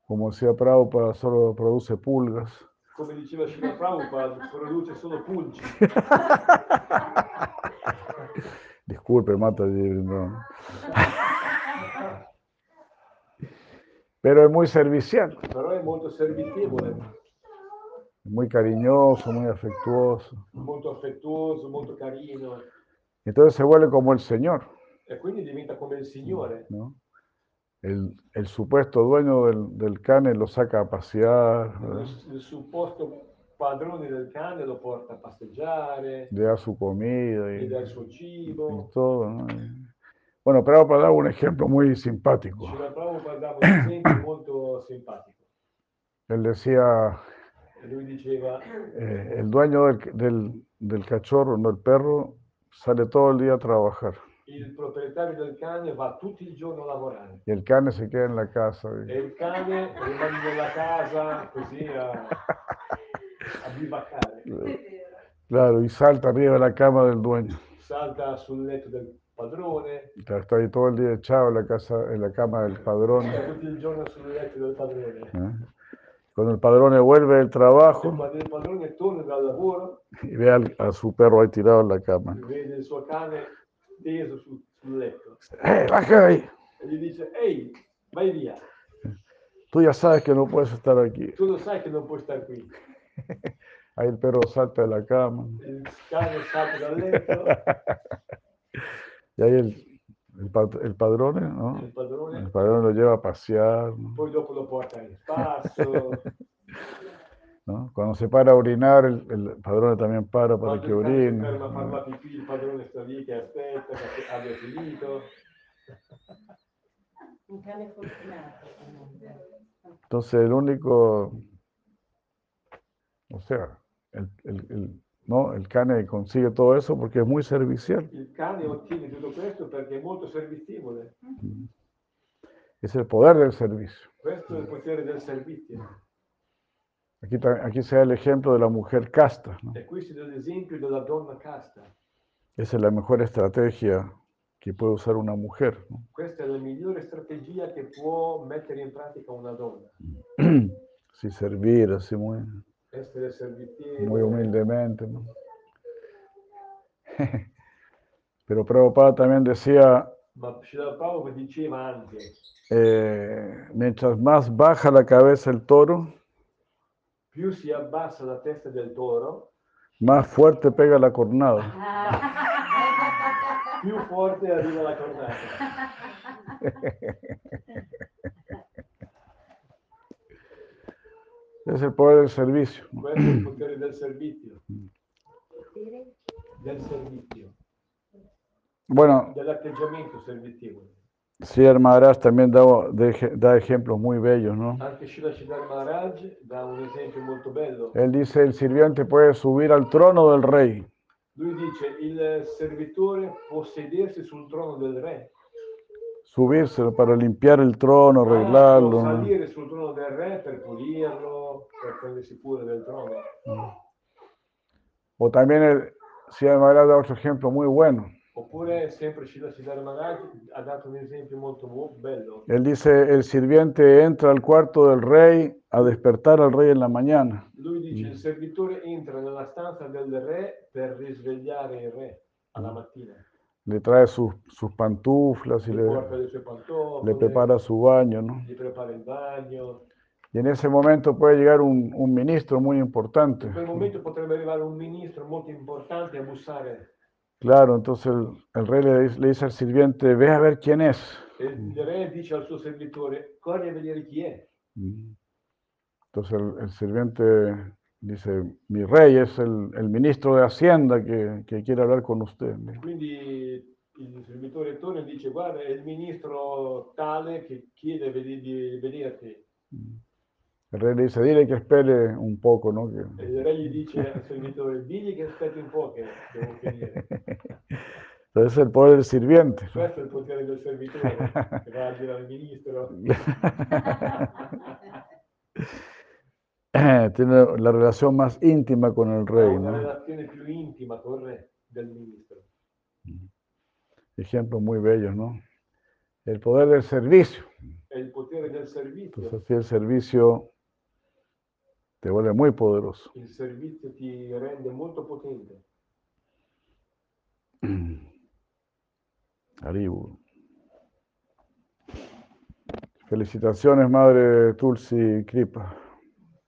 S1: Como decía Prabhupada, solo produce pulgas.
S2: Come diceva Srila Prabhupada, produce solo pulci.
S1: Disculpe, mata no. Pero es muy servicial,
S2: però è molto servizievole,
S1: muy cariñoso, muy afectuoso.
S2: molto affettuoso, molto carino
S1: Entonces se vuelve como el Señor,
S2: e quindi diventa come il Signore.
S1: ¿no? El, el supuesto dueño del, del cane lo saca a pasear, ¿verdad?
S2: Il, il supposto padrone del cane lo porta a passeggiare,
S1: le da su comida
S2: gli
S1: y,
S2: dà il suo
S1: y
S2: cibo.
S1: todo. ¿no? Bueno, Prabhupada daba un ejemplo muy simpático.
S2: Srila Prabhupada dava un esempio molto simpatico.
S1: Él decía,
S2: E lui diceva,
S1: eh, el dueño del, del- del cachorro, no el perro, sale todo el día a trabajar.
S2: il proprietario del cane va tutto il giorno a lavorare
S1: Y el cane se queda en la casa.
S2: e il cane rimane nella casa così a, a bivaccare,
S1: Claro, y salta arriba de la cama del dueño.
S2: salta sul letto del padrone,
S1: Claro, Está ahí todo el día echado en la, casa, en la cama del padrón.
S2: Sta tutto il giorno sul letto del padrone.
S1: ¿eh? Cuando el padrón vuelve del
S2: Il
S1: trabajo
S2: padre- il padrone torna dal lavoro,
S1: y ve al- a su perro ahí tirado en la cama.
S2: vede il suo cane teso su- sul letto
S1: ¡Eh, baja de ahí!
S2: e gli dice, ehi, vai via,
S1: Tú ya sabes que no puedes estar aquí.
S2: tu lo sai che non puoi stare qui.
S1: Ahí el perro salta de la cama.
S2: Il cane salta dal letto,
S1: Y ahí el, el, pat- el padrón, ¿no?
S2: il padrone,
S1: El padrón lo lleva a pasear. ¿no?
S2: poi dopo lo porta in spasso,
S1: ¿no? Cuando se para a orinar, el, el padrón también para para
S2: quando
S1: que
S2: il cane si
S1: orine.
S2: ferma a fare
S1: ¿no?
S2: la pipì, il padrone sta lì che aspetta che abbia finito.
S3: Un cane fortunato.
S1: Entonces, el único, o sea, el, el- el- ¿no? el cane consigue todo eso porque es muy servicial.
S2: Il cane ottiene tutto questo perché è molto servizievole.
S1: Es el poder del servicio.
S2: Questo è il potere del servizio.
S1: Aquí, ta- aquí se da el ejemplo de la mujer casta. ¿no?
S2: E questo è l'esempio della donna casta.
S1: Esa es la mejor estrategia que puede usar una mujer. ¿no?
S2: Questa è la migliore strategia che può mettere in pratica una donna.
S1: Sí, servir así muy,
S2: Essere servizievole.
S1: muy humildemente. ¿no? Pero Prabhupada también decía,
S2: Ma Srila Prabhupada diceva anche,
S1: eh, mientras más baja la cabeza el toro,
S2: più si abbassa la testa del toro,
S1: más fuerte pega la cornada.
S2: più forte arriva la cornata.
S1: Es el poder del servicio. ¿no?
S2: Questo è il potere del servizio. Del servizio.
S1: Bueno,
S2: Dell'atteggiamento servizievole.
S1: Sri Maharaj también da, de ej- da ejemplos muy bellos, ¿no?
S2: Anche Srila Siddhartha Maharaj dà un esempio molto bello.
S1: Él dice, el sirviente puede subir al trono del rey,
S2: Lui dice, il servitore può sedersi sul trono del re.
S1: subirse para limpiar el trono,
S2: Ah, può
S1: arreglarlo. ¿no?
S2: salire sul trono del re per pulirlo, per prendersi cura del trono.
S1: O también el, Sri Maharaj da otro ejemplo muy bueno.
S2: Oppure sempre Shila Siddhartha Maharaj ha dato un esempio molto bu- bello.
S1: Él dice, el sirviente entra al cuarto del rey a despertar al rey en la mañana.
S2: Lui dice
S1: Mm.
S2: il servitore entra nella stanza del re per risvegliare il re
S1: Mm.
S2: alla mattina.
S1: Le trae sus, sus pantuflas y
S2: Gli
S1: le,
S2: porta le sue
S1: le
S2: pantofole,
S1: prepara su baño, ¿no?
S2: gli prepara il bagno.
S1: Y en ese momento puede llegar un, un ministro muy
S2: In
S1: importante
S2: quel momento potrebbe arrivare un ministro molto importante a bussare
S1: Claro, entonces el, el rey le, dice- le dice al sirviente, ve a ver quién es.
S2: E
S1: Mm.
S2: il re dice al suo servitore, corri a vedere chi è.
S1: Mm. Entonces el, el sirviente dice, mi rey es el, el ministro de Hacienda que, que quiere hablar con usted.
S2: Quindi il servitore torna e dice, guarda, è il ministro tale che chiede vedi- di vederti.
S1: El rey le dice, dile que espere un poco, ¿no?
S2: E
S1: Que-
S2: il re gli dice al servitore, digli che aspetti un po' che devo finire.
S1: Entonces el poder del sirviente. ¿no?
S2: Questo è il potere del servitore, che va a dire al ministro.
S1: Tiene la relación más íntima con el
S2: Ha
S1: rey,
S2: una
S1: ¿no?
S2: relazione più intima con il re del ministro.
S1: Ejemplos muy bellos, ¿no? El poder del servicio.
S2: È il potere del servizio.
S1: Entonces así el servicio te vuelve muy poderoso.
S2: Il servizio ti rende molto potente.
S1: Mm. Aribu. Felicitaciones, madre Tulsi Kripa.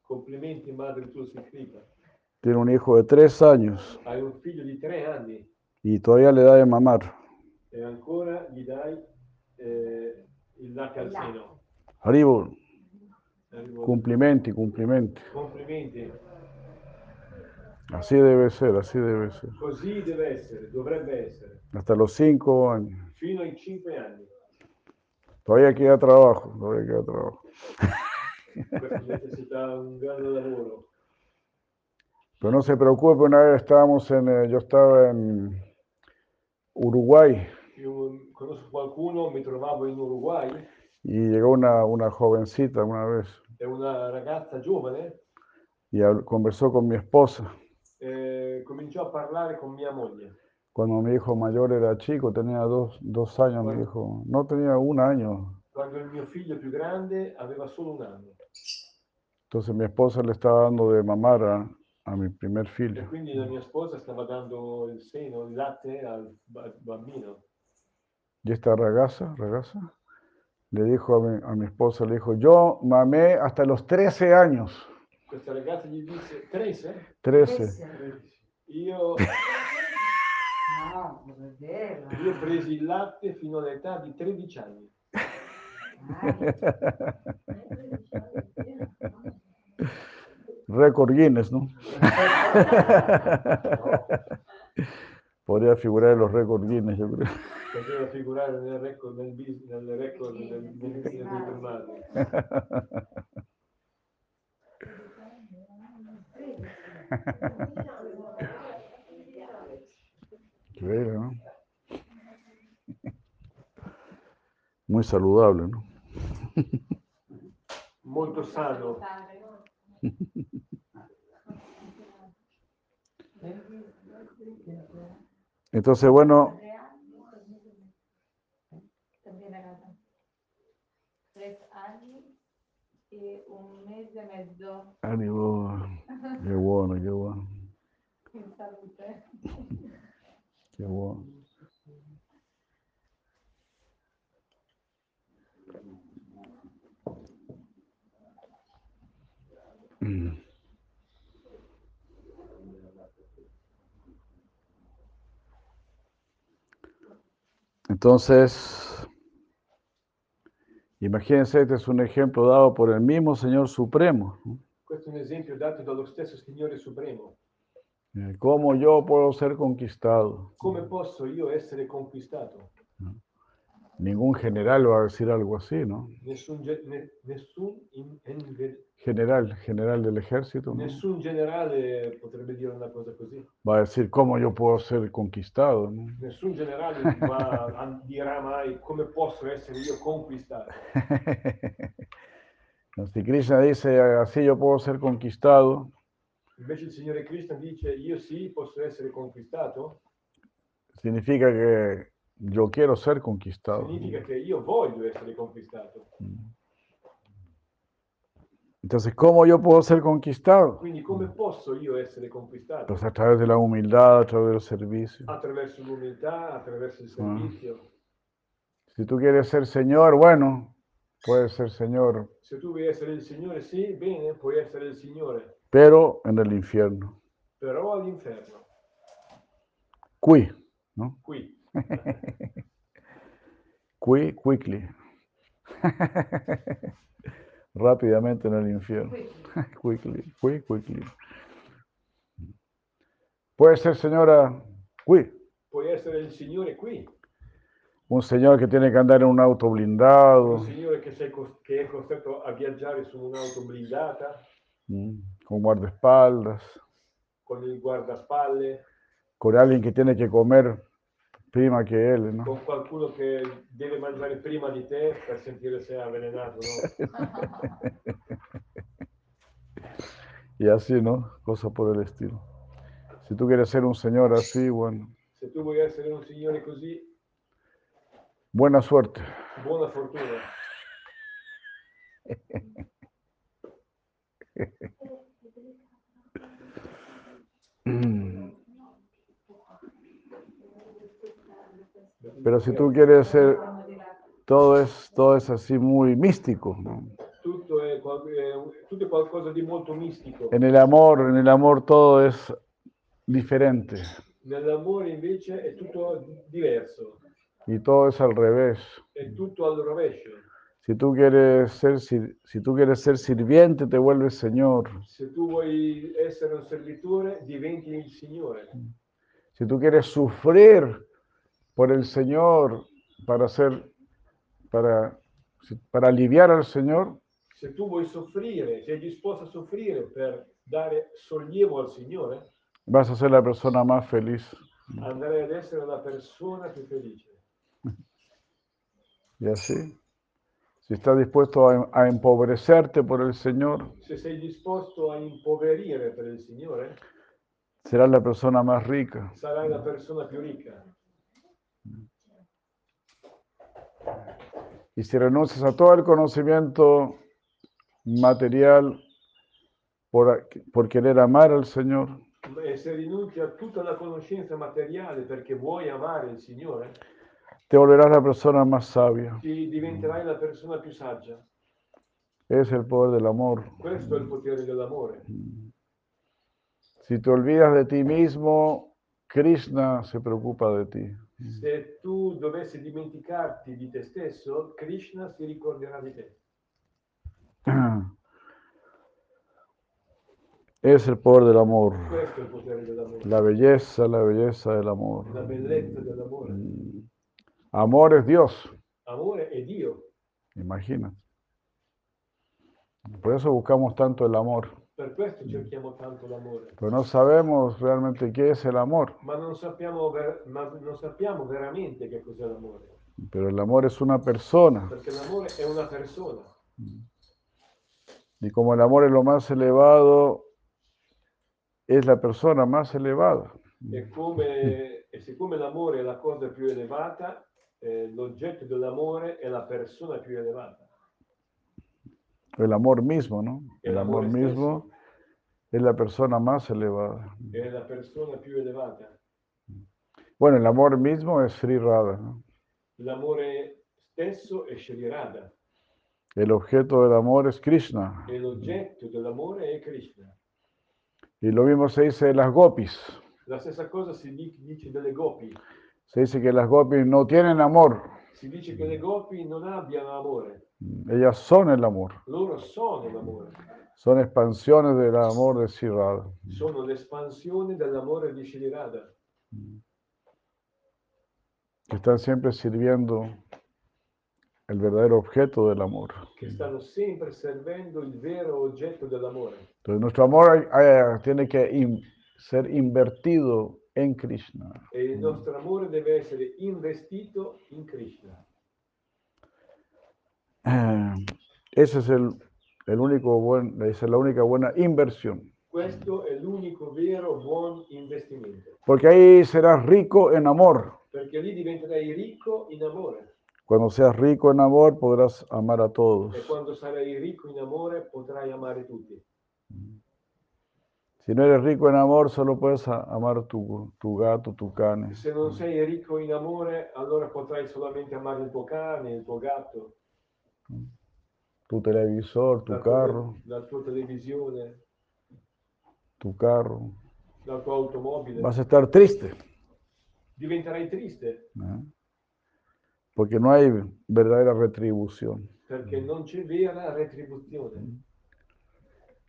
S2: Complimenti madre tu si scriva.
S1: Tiene un hijo de tres años
S2: Hai un figlio di tre anni
S1: y todavía le da de mamar.
S2: e ancora gli dai eh, il latte al seno.
S1: Aribu,
S2: Arrivo-
S1: cumplimenti, cumplimenti.
S2: Complimenti.
S1: Así debe ser, así deve ser.
S2: Così deve essere, dovrebbe essere.
S1: Hasta los cinco años.
S2: Fino ai cinque anni.
S1: Todavía queda trabajo, todavía queda trabajo.
S2: Questa necessità un grande lavoro.
S1: Pero no se preocupe, una vez estábamos en, eh, yo estaba en Uruguay
S2: Io conosco qualcuno, mi trovavo in Uruguay,
S1: y llegó una, una jovencita una vez
S2: è una ragazza giovane,
S1: y habl- conversó con mi esposa.
S2: eh, cominciò a parlare con mia moglie.
S1: Cuando mi hijo mayor era chico, tenía dos, dos años, mi
S2: Bueno.
S1: hijo, no tenía un año.
S2: Quando il mio figlio più grande aveva solo un anno.
S1: Entonces mi esposa le estaba dando de mamar a, a mi primer
S2: E
S1: filho.
S2: quindi la mia sposa stava dando il seno, il latte al ba- bambino.
S1: Y esta ragaza, ragaza, le dijo a mi, a mi esposa, le dijo, yo mamé hasta los 13 años,
S2: Questa ragazza gli disse, Teresa,
S1: 13.
S2: io,
S3: No, non è vero.
S2: io presi il latte fino all'età di 13 anni.
S1: Récord Guinness, ¿no? Podría figurar en los récord Guinness, yo creo.
S2: Poteva figurare nel record, nel, bis- nel record del, del, del, primario.
S1: Increíble, ¿no? Muy saludable, ¿no?
S2: Molto sano.
S1: Entonces, bueno,
S4: También acá. Tres años y un mes de mezzo.
S1: ánimo. Qué bueno, qué bueno,
S4: en salud, ¿eh?
S1: qué bueno. Entonces, imagínense, este es un ejemplo dado por el mismo Señor Supremo. ¿no?
S2: Questo è un esempio dato dallo stesso Signore Supremo.
S1: Eh, ¿Cómo yo puedo ser conquistado?
S2: Come posso io essere conquistato?
S1: Ningún general va a decir algo así, ¿no?
S2: Nessun, ge- ne- nessun in- en-
S1: General, general del ejército, ¿no?
S2: nessun generale potrebbe dire una cosa così.
S1: va a decir cómo yo puedo ser conquistado. ¿no?
S2: Nessun generale va- an- dirà mai come posso essere io conquistato.
S1: Si Krishna dice así yo puedo ser conquistado,
S2: Invece il Signore Krishna dice io sì, posso essere conquistato.
S1: significa que yo quiero ser conquistado. Mm.
S2: Significa che io voglio essere conquistato.
S1: Entonces, ¿cómo yo puedo ser conquistado?
S2: Quindi come posso io essere conquistato?
S1: Entonces, a través de la humildad, a través del servicio.
S2: Attraverso l'umiltà, attraverso il servizio.
S1: Si tú quieres ser señor, bueno, puedes ser señor,
S2: Se tu vuoi essere il Signore, sì, bene, puoi essere il Signore,
S1: pero en el infierno.
S2: però all'inferno.
S1: Cui, ¿no?
S2: qui.
S1: Qui, quickly. Rápidamente en el infierno. Quickly, qui, quickly. Puede ser, señora, qui,
S2: Può essere il Signore qui,
S1: un señor que tiene que andar en un auto
S2: un
S1: blindado,
S2: Signore che, sei cos- che è costretto a viaggiare su un'auto blindata,
S1: mm, con guardaespaldas,
S2: con il guardapalle,
S1: con alguien que tiene que comer prima que él, ¿no?
S2: con qualcuno che deve mangiare prima di te per sentire se è avvelenato o no.
S1: Y así, ¿no? Cosas por el estilo. Si tú quieres ser un señor así, bueno,
S2: Se tu vuoi essere un Signore così,
S1: buena suerte.
S2: buona fortuna.
S1: Pero si tú quieres ser, todo es, todo es así muy místico, ¿no?
S2: Tutto è, qual- è un- tutto è qualcosa di molto mistico.
S1: En el amor, en el amor todo es diferente
S2: Nell'amore invece è tutto diverso,
S1: y todo es al revés.
S2: è tutto al rovescio.
S1: Si tú quieres ser, sir- si tú quieres ser sirviente, te vuelves señor.
S2: Se tu vuoi essere un servitore, diventi il Signore.
S1: Si tú quieres sufrir por el Señor para ser, para, si- para aliviar al Señor,
S2: Se tu vuoi soffrire, sei disposto a soffrire per dare sollievo al Signore,
S1: vas a ser la persona más feliz.
S2: andrai ad essere la persona più felice.
S1: Y así, si estás dispuesto a, a empobrecerte por el Señor,
S2: Se sei disposto a impoverire per il Signore,
S1: serás la persona más rica.
S2: sarai la persona più ricca.
S1: Y si renuncias a todo el conocimiento material por, por querer amar al Señor,
S2: E se rinunci a tutta la conoscenza materiale perché vuoi amare il Signore,
S1: te volverás la persona más sabia.
S2: ti diventerai la persona più saggia.
S1: Es el poder del amor.
S2: Questo è il potere dell'amore.
S1: Si te olvidas de ti mismo, Krishna se preocupa de ti.
S2: Se tu dovessi dimenticarti di te stesso, Krishna si ricorderà di te.
S1: Es el poder del amor.
S2: Questo è il potere dell'amore,
S1: La belleza, la belleza del
S2: la
S1: amor.
S2: bellezza dell'amore.
S1: Amor es Dios,
S2: Amore è Dio,
S1: imagínate. Por eso buscamos tanto el amor.
S2: per questo cerchiamo tanto l'amore.
S1: Pero no sabemos realmente qué es el amor.
S2: Ma non sappiamo, ver- ma non sappiamo veramente che cos'è l'amore,
S1: Pero el amor es una persona.
S2: perché l'amore è una persona.
S1: Y como el amor es lo más elevado, es la persona más elevada.
S2: E, come- e siccome l'amore è la cosa più elevata, eh, l'oggetto dell'amore è la persona più elevata.
S1: El amor mismo, ¿no? El
S2: El
S1: amor
S2: amor es
S1: mismo es la persona más elevada.
S2: È la persona più elevata.
S1: Bueno, el amor mismo es Sri Radha, ¿no?
S2: L'amore stesso è Shri Radha
S1: El objeto del amor es Krishna.
S2: e l'oggetto dell'amore è Krishna.
S1: Y lo mismo se dice de las gopis.
S2: La stessa cosa si di- dice delle gopi.
S1: Se dice que las gopis no tienen amor,
S2: Si dice che le gopi non abbiano amore,
S1: ellas son el amor.
S2: loro sono l'amore,
S1: Son expansiones del amor de Sri Radha.
S2: sono l'espansione dell'amore di Shri Radha,
S1: Que están siempre sirviendo el verdadero objeto del amor.
S2: che stanno sempre servendo il vero oggetto dell'amore.
S1: Entonces nuestro amor eh, tiene que in- ser invertido en Krishna.
S2: e il nostro amore deve essere investito in Krishna.
S1: Eh, Ese es el, el único buen, esa es la única buena inversión.
S2: Questo è l'unico vero buon investimento,
S1: Porque ahí serás rico en amor.
S2: perché lì diventerai ricco in amore
S1: Cuando seas rico en amor podrás amar a todos.
S2: e quando sarai ricco in amore potrai amare tutti.
S1: Si no eres rico en amor, solo puedes a- amar tu, tu gato, tu cane.
S2: Se non sei ricco in amore, allora potrai solamente amare il tuo cane, il tuo gatto,
S1: Tu televisor, tu
S2: la tua,
S1: carro,
S2: la tua televisione,
S1: tu carro.
S2: la tua automobile.
S1: Vas a estar triste.
S2: diventerai triste
S1: ¿no? Porque no hay verdadera retribución.
S2: perché
S1: Mm.
S2: non c'è vera retribuzione.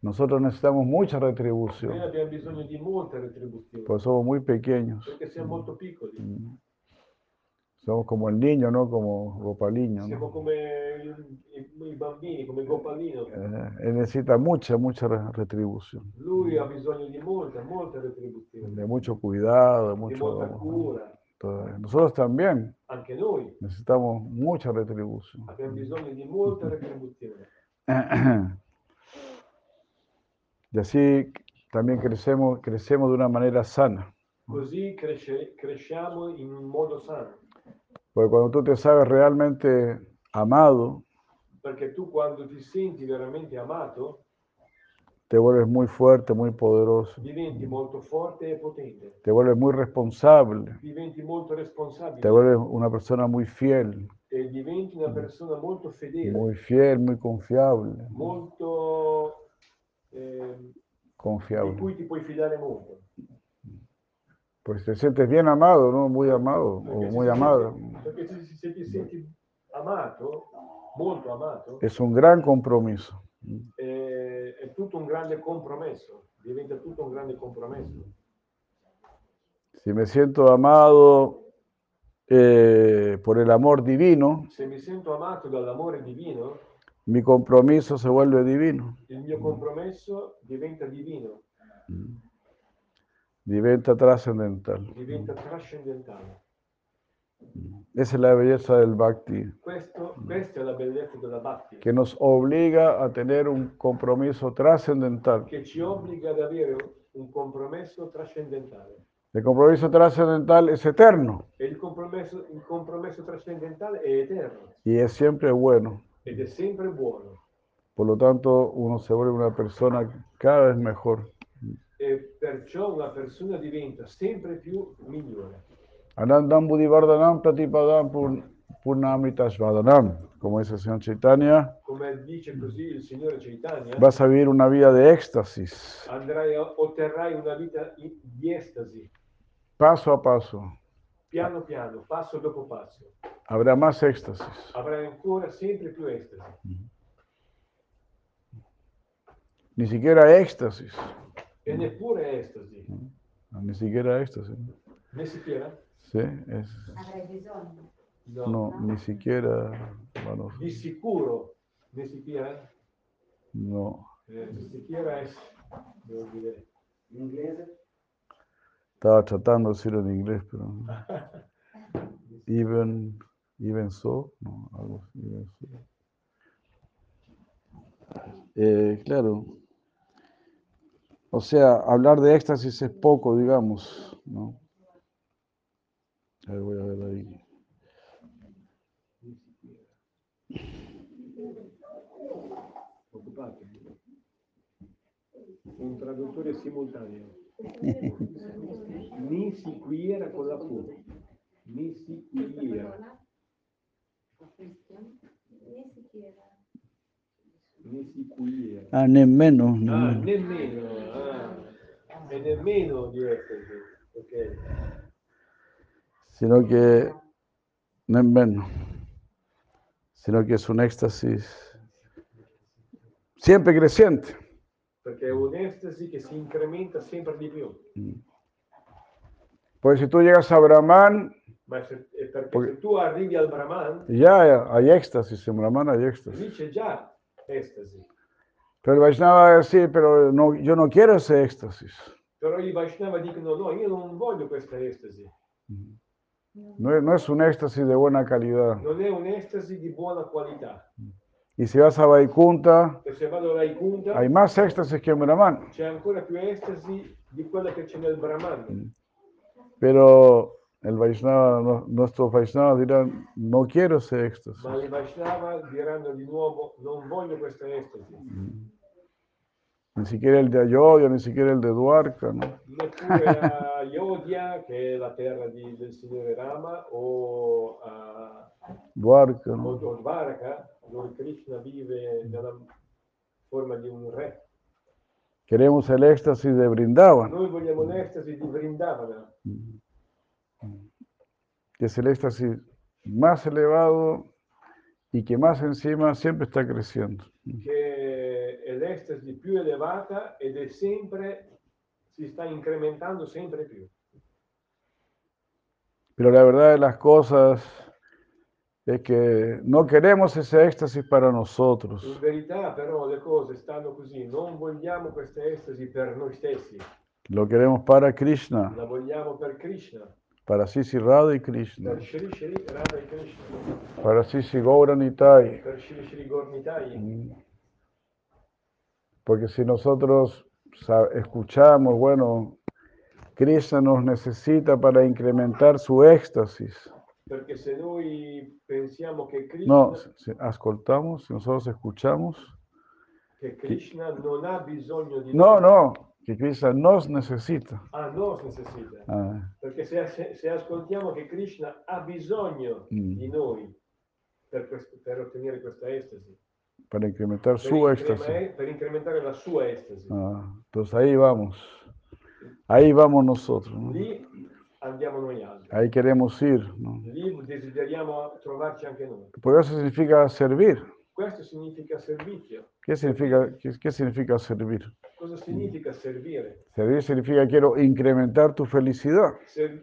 S1: Nosotros necesitamos mucha
S2: Noi
S1: retribución,
S2: abbiamo bisogno di molta retribuzione
S1: pues somos muy pequeños.
S2: perché siamo molto
S1: Mm.
S2: piccoli.
S1: Somos como el niño, ¿no? Como Gopaliño.
S2: Siamo
S1: ¿no?
S2: come il- i, i bambini, come Gopalino.
S1: Eh, él necesita mucha, mucha re- retribución.
S2: Lui ha bisogno di molta, molta retribuzione,
S1: De mucho cuidado, de
S2: di
S1: mucho
S2: molta
S1: amor.
S2: cura.
S1: Entonces, nosotros también
S2: Anche noi
S1: necesitamos mucha retribución.
S2: abbiamo bisogno di molta retribuzione.
S1: Y así también crecemos, crecemos de una manera sana.
S2: Così cresce- cresciamo in un modo sano.
S1: Porque cuando tú te sabes realmente amado,
S2: Perché tu quando ti senti veramente amato,
S1: te vuelves muy fuerte, muy poderoso,
S2: diventi molto forte e potente,
S1: te vuelves muy responsable,
S2: diventi molto
S1: te
S2: responsabile
S1: vuelves una persona muy fiel,
S2: e diventi una persona molto fedele,
S1: muy fiel, muy confiable,
S2: molto eh, di
S1: confiable.
S2: cui ti puoi fidare molto.
S1: Pues te sientes bien amado, ¿no? Muy amado o
S2: Perché
S1: muy
S2: se-
S1: amada.
S2: perché se, se ti senti amato, molto amato,
S1: Es un gran compromiso.
S2: eh, è tutto un grande compromesso, diventa tutto un grande compromesso.
S1: Si me siento amado eh, por el amor divino,
S2: Se mi sento amato dall'amore divino,
S1: mi compromiso se vuelve divino.
S2: il mio compromesso diventa divino,
S1: Diventa trascendental.
S2: diventa trascendentale.
S1: Esa es la belleza del bhakti.
S2: Questo- questa è la bellezza della Bhakti,
S1: que nos obliga a tener un compromiso trascendental.
S2: che ci obbliga ad avere un compromesso trascendentale.
S1: El compromiso trascendental es eterno
S2: E il compromesso, il compromesso trascendentale è eterno
S1: y es siempre bueno.
S2: ed è sempre buono.
S1: Por lo tanto, uno se vuelve una persona cada vez mejor.
S2: E perciò una persona diventa sempre più migliore.
S1: Anandam Budhivardhanam Pratipadam Pur- Purnamitasvadanam. Como dice el señor Chaitanya,
S2: Come dice così il Signore Chaitanya,
S1: vas a vivir una vida de éxtasis,
S2: andrai a- otterrai una vita i- di estasi,
S1: paso a paso.
S2: piano piano, passo dopo passo.
S1: Habrá más éxtasis.
S2: Avrai ancora sempre più estasi.
S1: Ni siquiera éxtasis.
S2: E neppure estasi.
S1: Ni siquiera éxtasis.
S2: Ne si chiama?
S1: Sí, es,
S3: Avrei bisogno.
S2: No.
S1: No, ni siquiera, hermanos,
S2: Di sicuro, ne si chiama?
S1: no.
S2: Eh, ne si chiama es... devo dire.
S3: In inglese?
S1: Estaba tratando de decirlo en inglés, pero no. Even, even so, no, algo así, even so. Eh, claro. O sea, hablar de éxtasis es poco, digamos, ¿no? A ver, voy a ver ahí.
S2: Occupate. Un traduttore simultaneo. Ni siquiera con la Q. Ni siquiera.
S4: Ni siquiera.
S2: Ni siquiera.
S1: Ah, ni menos, ni
S2: Ah,
S1: menos.
S2: nemmeno. ah. E nemmeno di estasi. Ok.
S1: Sino que, no en menos. Sino que es un éxtasis siempre creciente.
S2: Perché è un'estasi che si incrementa sempre di più.
S1: Porque si tú llegas a Brahman,
S2: Ma se, è perché se tu arrivi al Brahman,
S1: ya hay éxtasis, en Brahman hay éxtasis.
S2: lì c'è già estasi.
S1: Pero el Vaishnava va a decir, pero no, yo no quiero ese éxtasis.
S2: Però i Vaishnava dicono no, io non voglio questa estasi.
S1: No, es- no es un éxtasis de buena calidad.
S2: Non è un'estasi di buona qualità.
S1: Y si vas a Vaikunta,
S2: E se vado alla Ikunta
S1: hay más éxtasis que en Brahman.
S2: c'è ancora più estasi di quella che c'è nel Brahman.
S1: Pero el Vaishnava, no- nuestros Vaishnavas dirán, no quiero ese éxtasis.
S2: Ma i Vaishnava diranno di nuovo non voglio questa estasi.
S1: Ni siquiera el de Ayodhya, ni siquiera el de Dwarka. ¿no?
S2: Neppure a Yodhya, che è la terra di- del signore Rama, o a
S1: Dwarka, ¿no?
S2: o Dvaraka, dove eh? Krishna vive nella forma di un re.
S1: Queremos el éxtasis de Brindavan.
S2: Noi vogliamo l'estasi di Vrindavana,
S1: que es el éxtasis más elevado y que más encima siempre está creciendo.
S2: che è l'estasi più elevata ed è sempre, si sta incrementando sempre più.
S1: Pero la verdad de las cosas es que no queremos ese éxtasis para
S2: In
S1: nosotros.
S2: verità però le cose stanno così, non vogliamo questa estasi per noi stessi,
S1: Lo queremos para Krishna,
S2: la vogliamo per Krishna,
S1: para Sisi Radha y
S2: per
S1: Krishna,
S2: Shri Shri Radha e Krishna,
S1: para Sisi Gauranitai.
S2: per Shri Shri Gornitai.
S1: Porque si nosotros sa- escuchamos, bueno, Krishna nos necesita para incrementar su éxtasis.
S2: Perché se noi pensiamo che Krishna,
S1: No, si- si ascoltamos, si nosotros escuchamos.
S2: che Krishna non ha bisogno di
S1: No,
S2: noi,
S1: no, que Krishna nos necesita.
S2: a noi necessita.
S1: Ah,
S2: Perché se, se- se ascoltiamo che Krishna ha bisogno
S1: Mm.
S2: di noi per, questo- per ottenere questa estasi,
S1: para incrementar
S2: per,
S1: su
S2: increma- eh,
S1: éxtasis.
S2: per incrementare la sua estasi,
S1: Ah, entonces ahí vamos. Ahí vamos nosotros. ¿no?
S2: lì andiamo noi altri.
S1: Ahí queremos ir. ¿no?
S2: Lì desideriamo trovarci anche noi.
S1: Porque eso significa servir.
S2: Questo significa servizio.
S1: ¿Qué significa, qué- qué significa servir?
S2: Cosa significa servire?
S1: Servir significa quiero incrementar tu felicidad.
S2: Ser-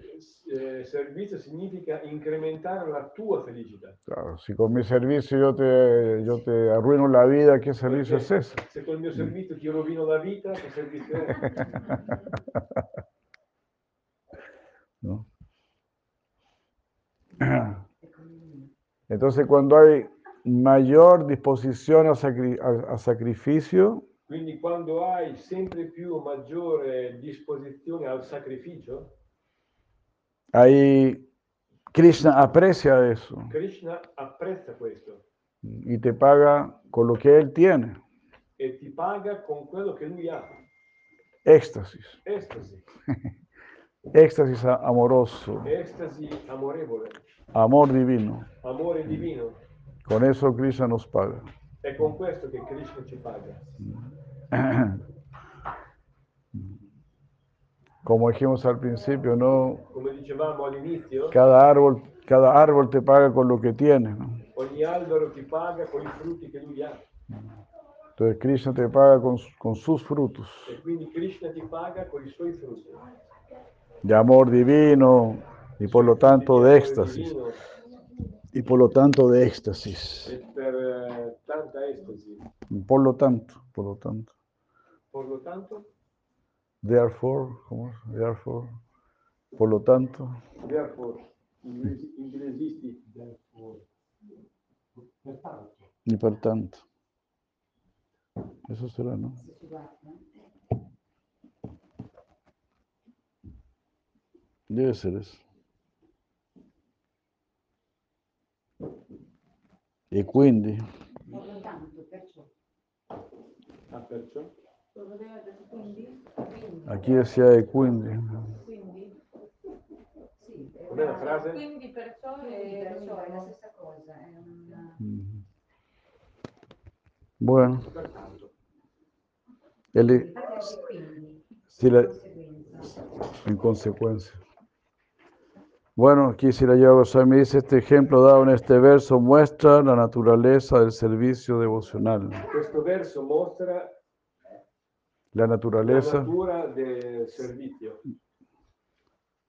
S2: eh, servizio significa incrementare la tua felicità.
S1: Claro, si con mi servicio yo te, yo te arruino la vida, ¿qué servicio es
S2: Perché
S1: ese?
S2: Se col mio servizio ti rovino la vita, che servizio è?
S1: ¿No? Entonces, cuando hay mayor disposición a, sacri- a- a sacrificio,
S2: Quindi quando hai sempre più maggiore disposizione al sacrificio,
S1: ahí Krishna aprecia eso
S2: Krishna apprezza questo
S1: y te paga con lo que él tiene,
S2: e ti paga con quello che lui ha,
S1: éxtasis,
S2: estasi,
S1: éxtasis a- amoroso,
S2: estasi amorevole,
S1: amor divino.
S2: amore divino.
S1: Con eso Krishna nos paga.
S2: È con questo che Krishna ci paga.
S1: Como dijimos al principio, ¿no?
S2: Come dicevamo all'inizio,
S1: Cada árbol, cada árbol te paga con lo que tiene. ¿no?
S2: ogni albero ti paga con i frutti che lui ha
S1: Entonces Krishna te paga con, su- con sus frutos
S2: e quindi Krishna ti paga con i suoi frutti.
S1: de amor divino y por lo tanto de éxtasis.
S2: Divino,
S1: Y por lo tanto de éxtasis.
S2: E per eh, tanta estasi.
S1: Por lo tanto, por lo tanto.
S2: Por lo tanto,
S1: Therefore, ¿cómo es? Therefore, por lo tanto.
S2: therefore, inglesi- inglesisti, therefore.
S3: Pertanto,
S1: Y por tanto. Eso será, ¿no?
S3: se ci guarda,
S1: Debe ser eso. Y quindi,
S3: proprio tanto, perciò,
S2: Ah, perciò?
S4: Lo poteva dire, quindi,
S3: quindi,
S1: aquí decía e quindi.
S4: quindi,
S3: sì, è
S2: Com'è la
S3: una,
S2: frase?
S4: quindi perciò
S3: quindi
S4: è
S3: perciò è la stessa cosa, è una...
S1: Mm. Bueno,
S2: Pertanto,
S1: él
S3: Anche quindi,
S1: si la,
S3: conseguenza,
S1: en consecuencia. Bueno, aquí si la Goswami dice, este ejemplo dado en este verso muestra la naturaleza del servicio devocional.
S2: questo verso mostra
S1: La
S2: la
S1: naturaleza
S2: natura del servizio,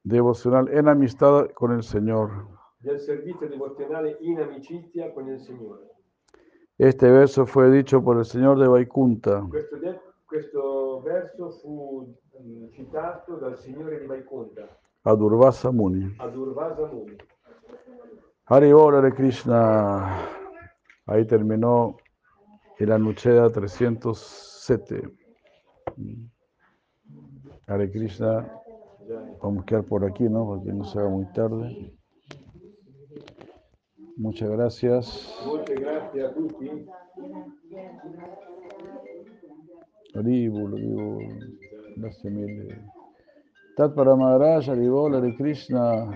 S1: devocional en amistad con el Señor.
S2: del servizio devozionale in amicizia con il Signore.
S1: Este verso fue dicho por el Señor de Vaikunta.
S2: Questo, de- questo verso fu mh, citato dal Signore di Vaikunta
S1: a Durvasa Muni.
S2: ad Urvasa Muni.
S1: Hari Bol, Hare Krishna. Ahí terminó el Anucheda 307. Hare Krishna,
S2: Già,
S1: vamos a quedar por aquí, ¿no? Porque no se haga muy tarde. Muchas gracias.
S2: Molte grazie a tutti.
S1: Hari Bol, Hari Bol. Gracias mil. Tat para Maharaj, Hari Bol, Hare Krishna.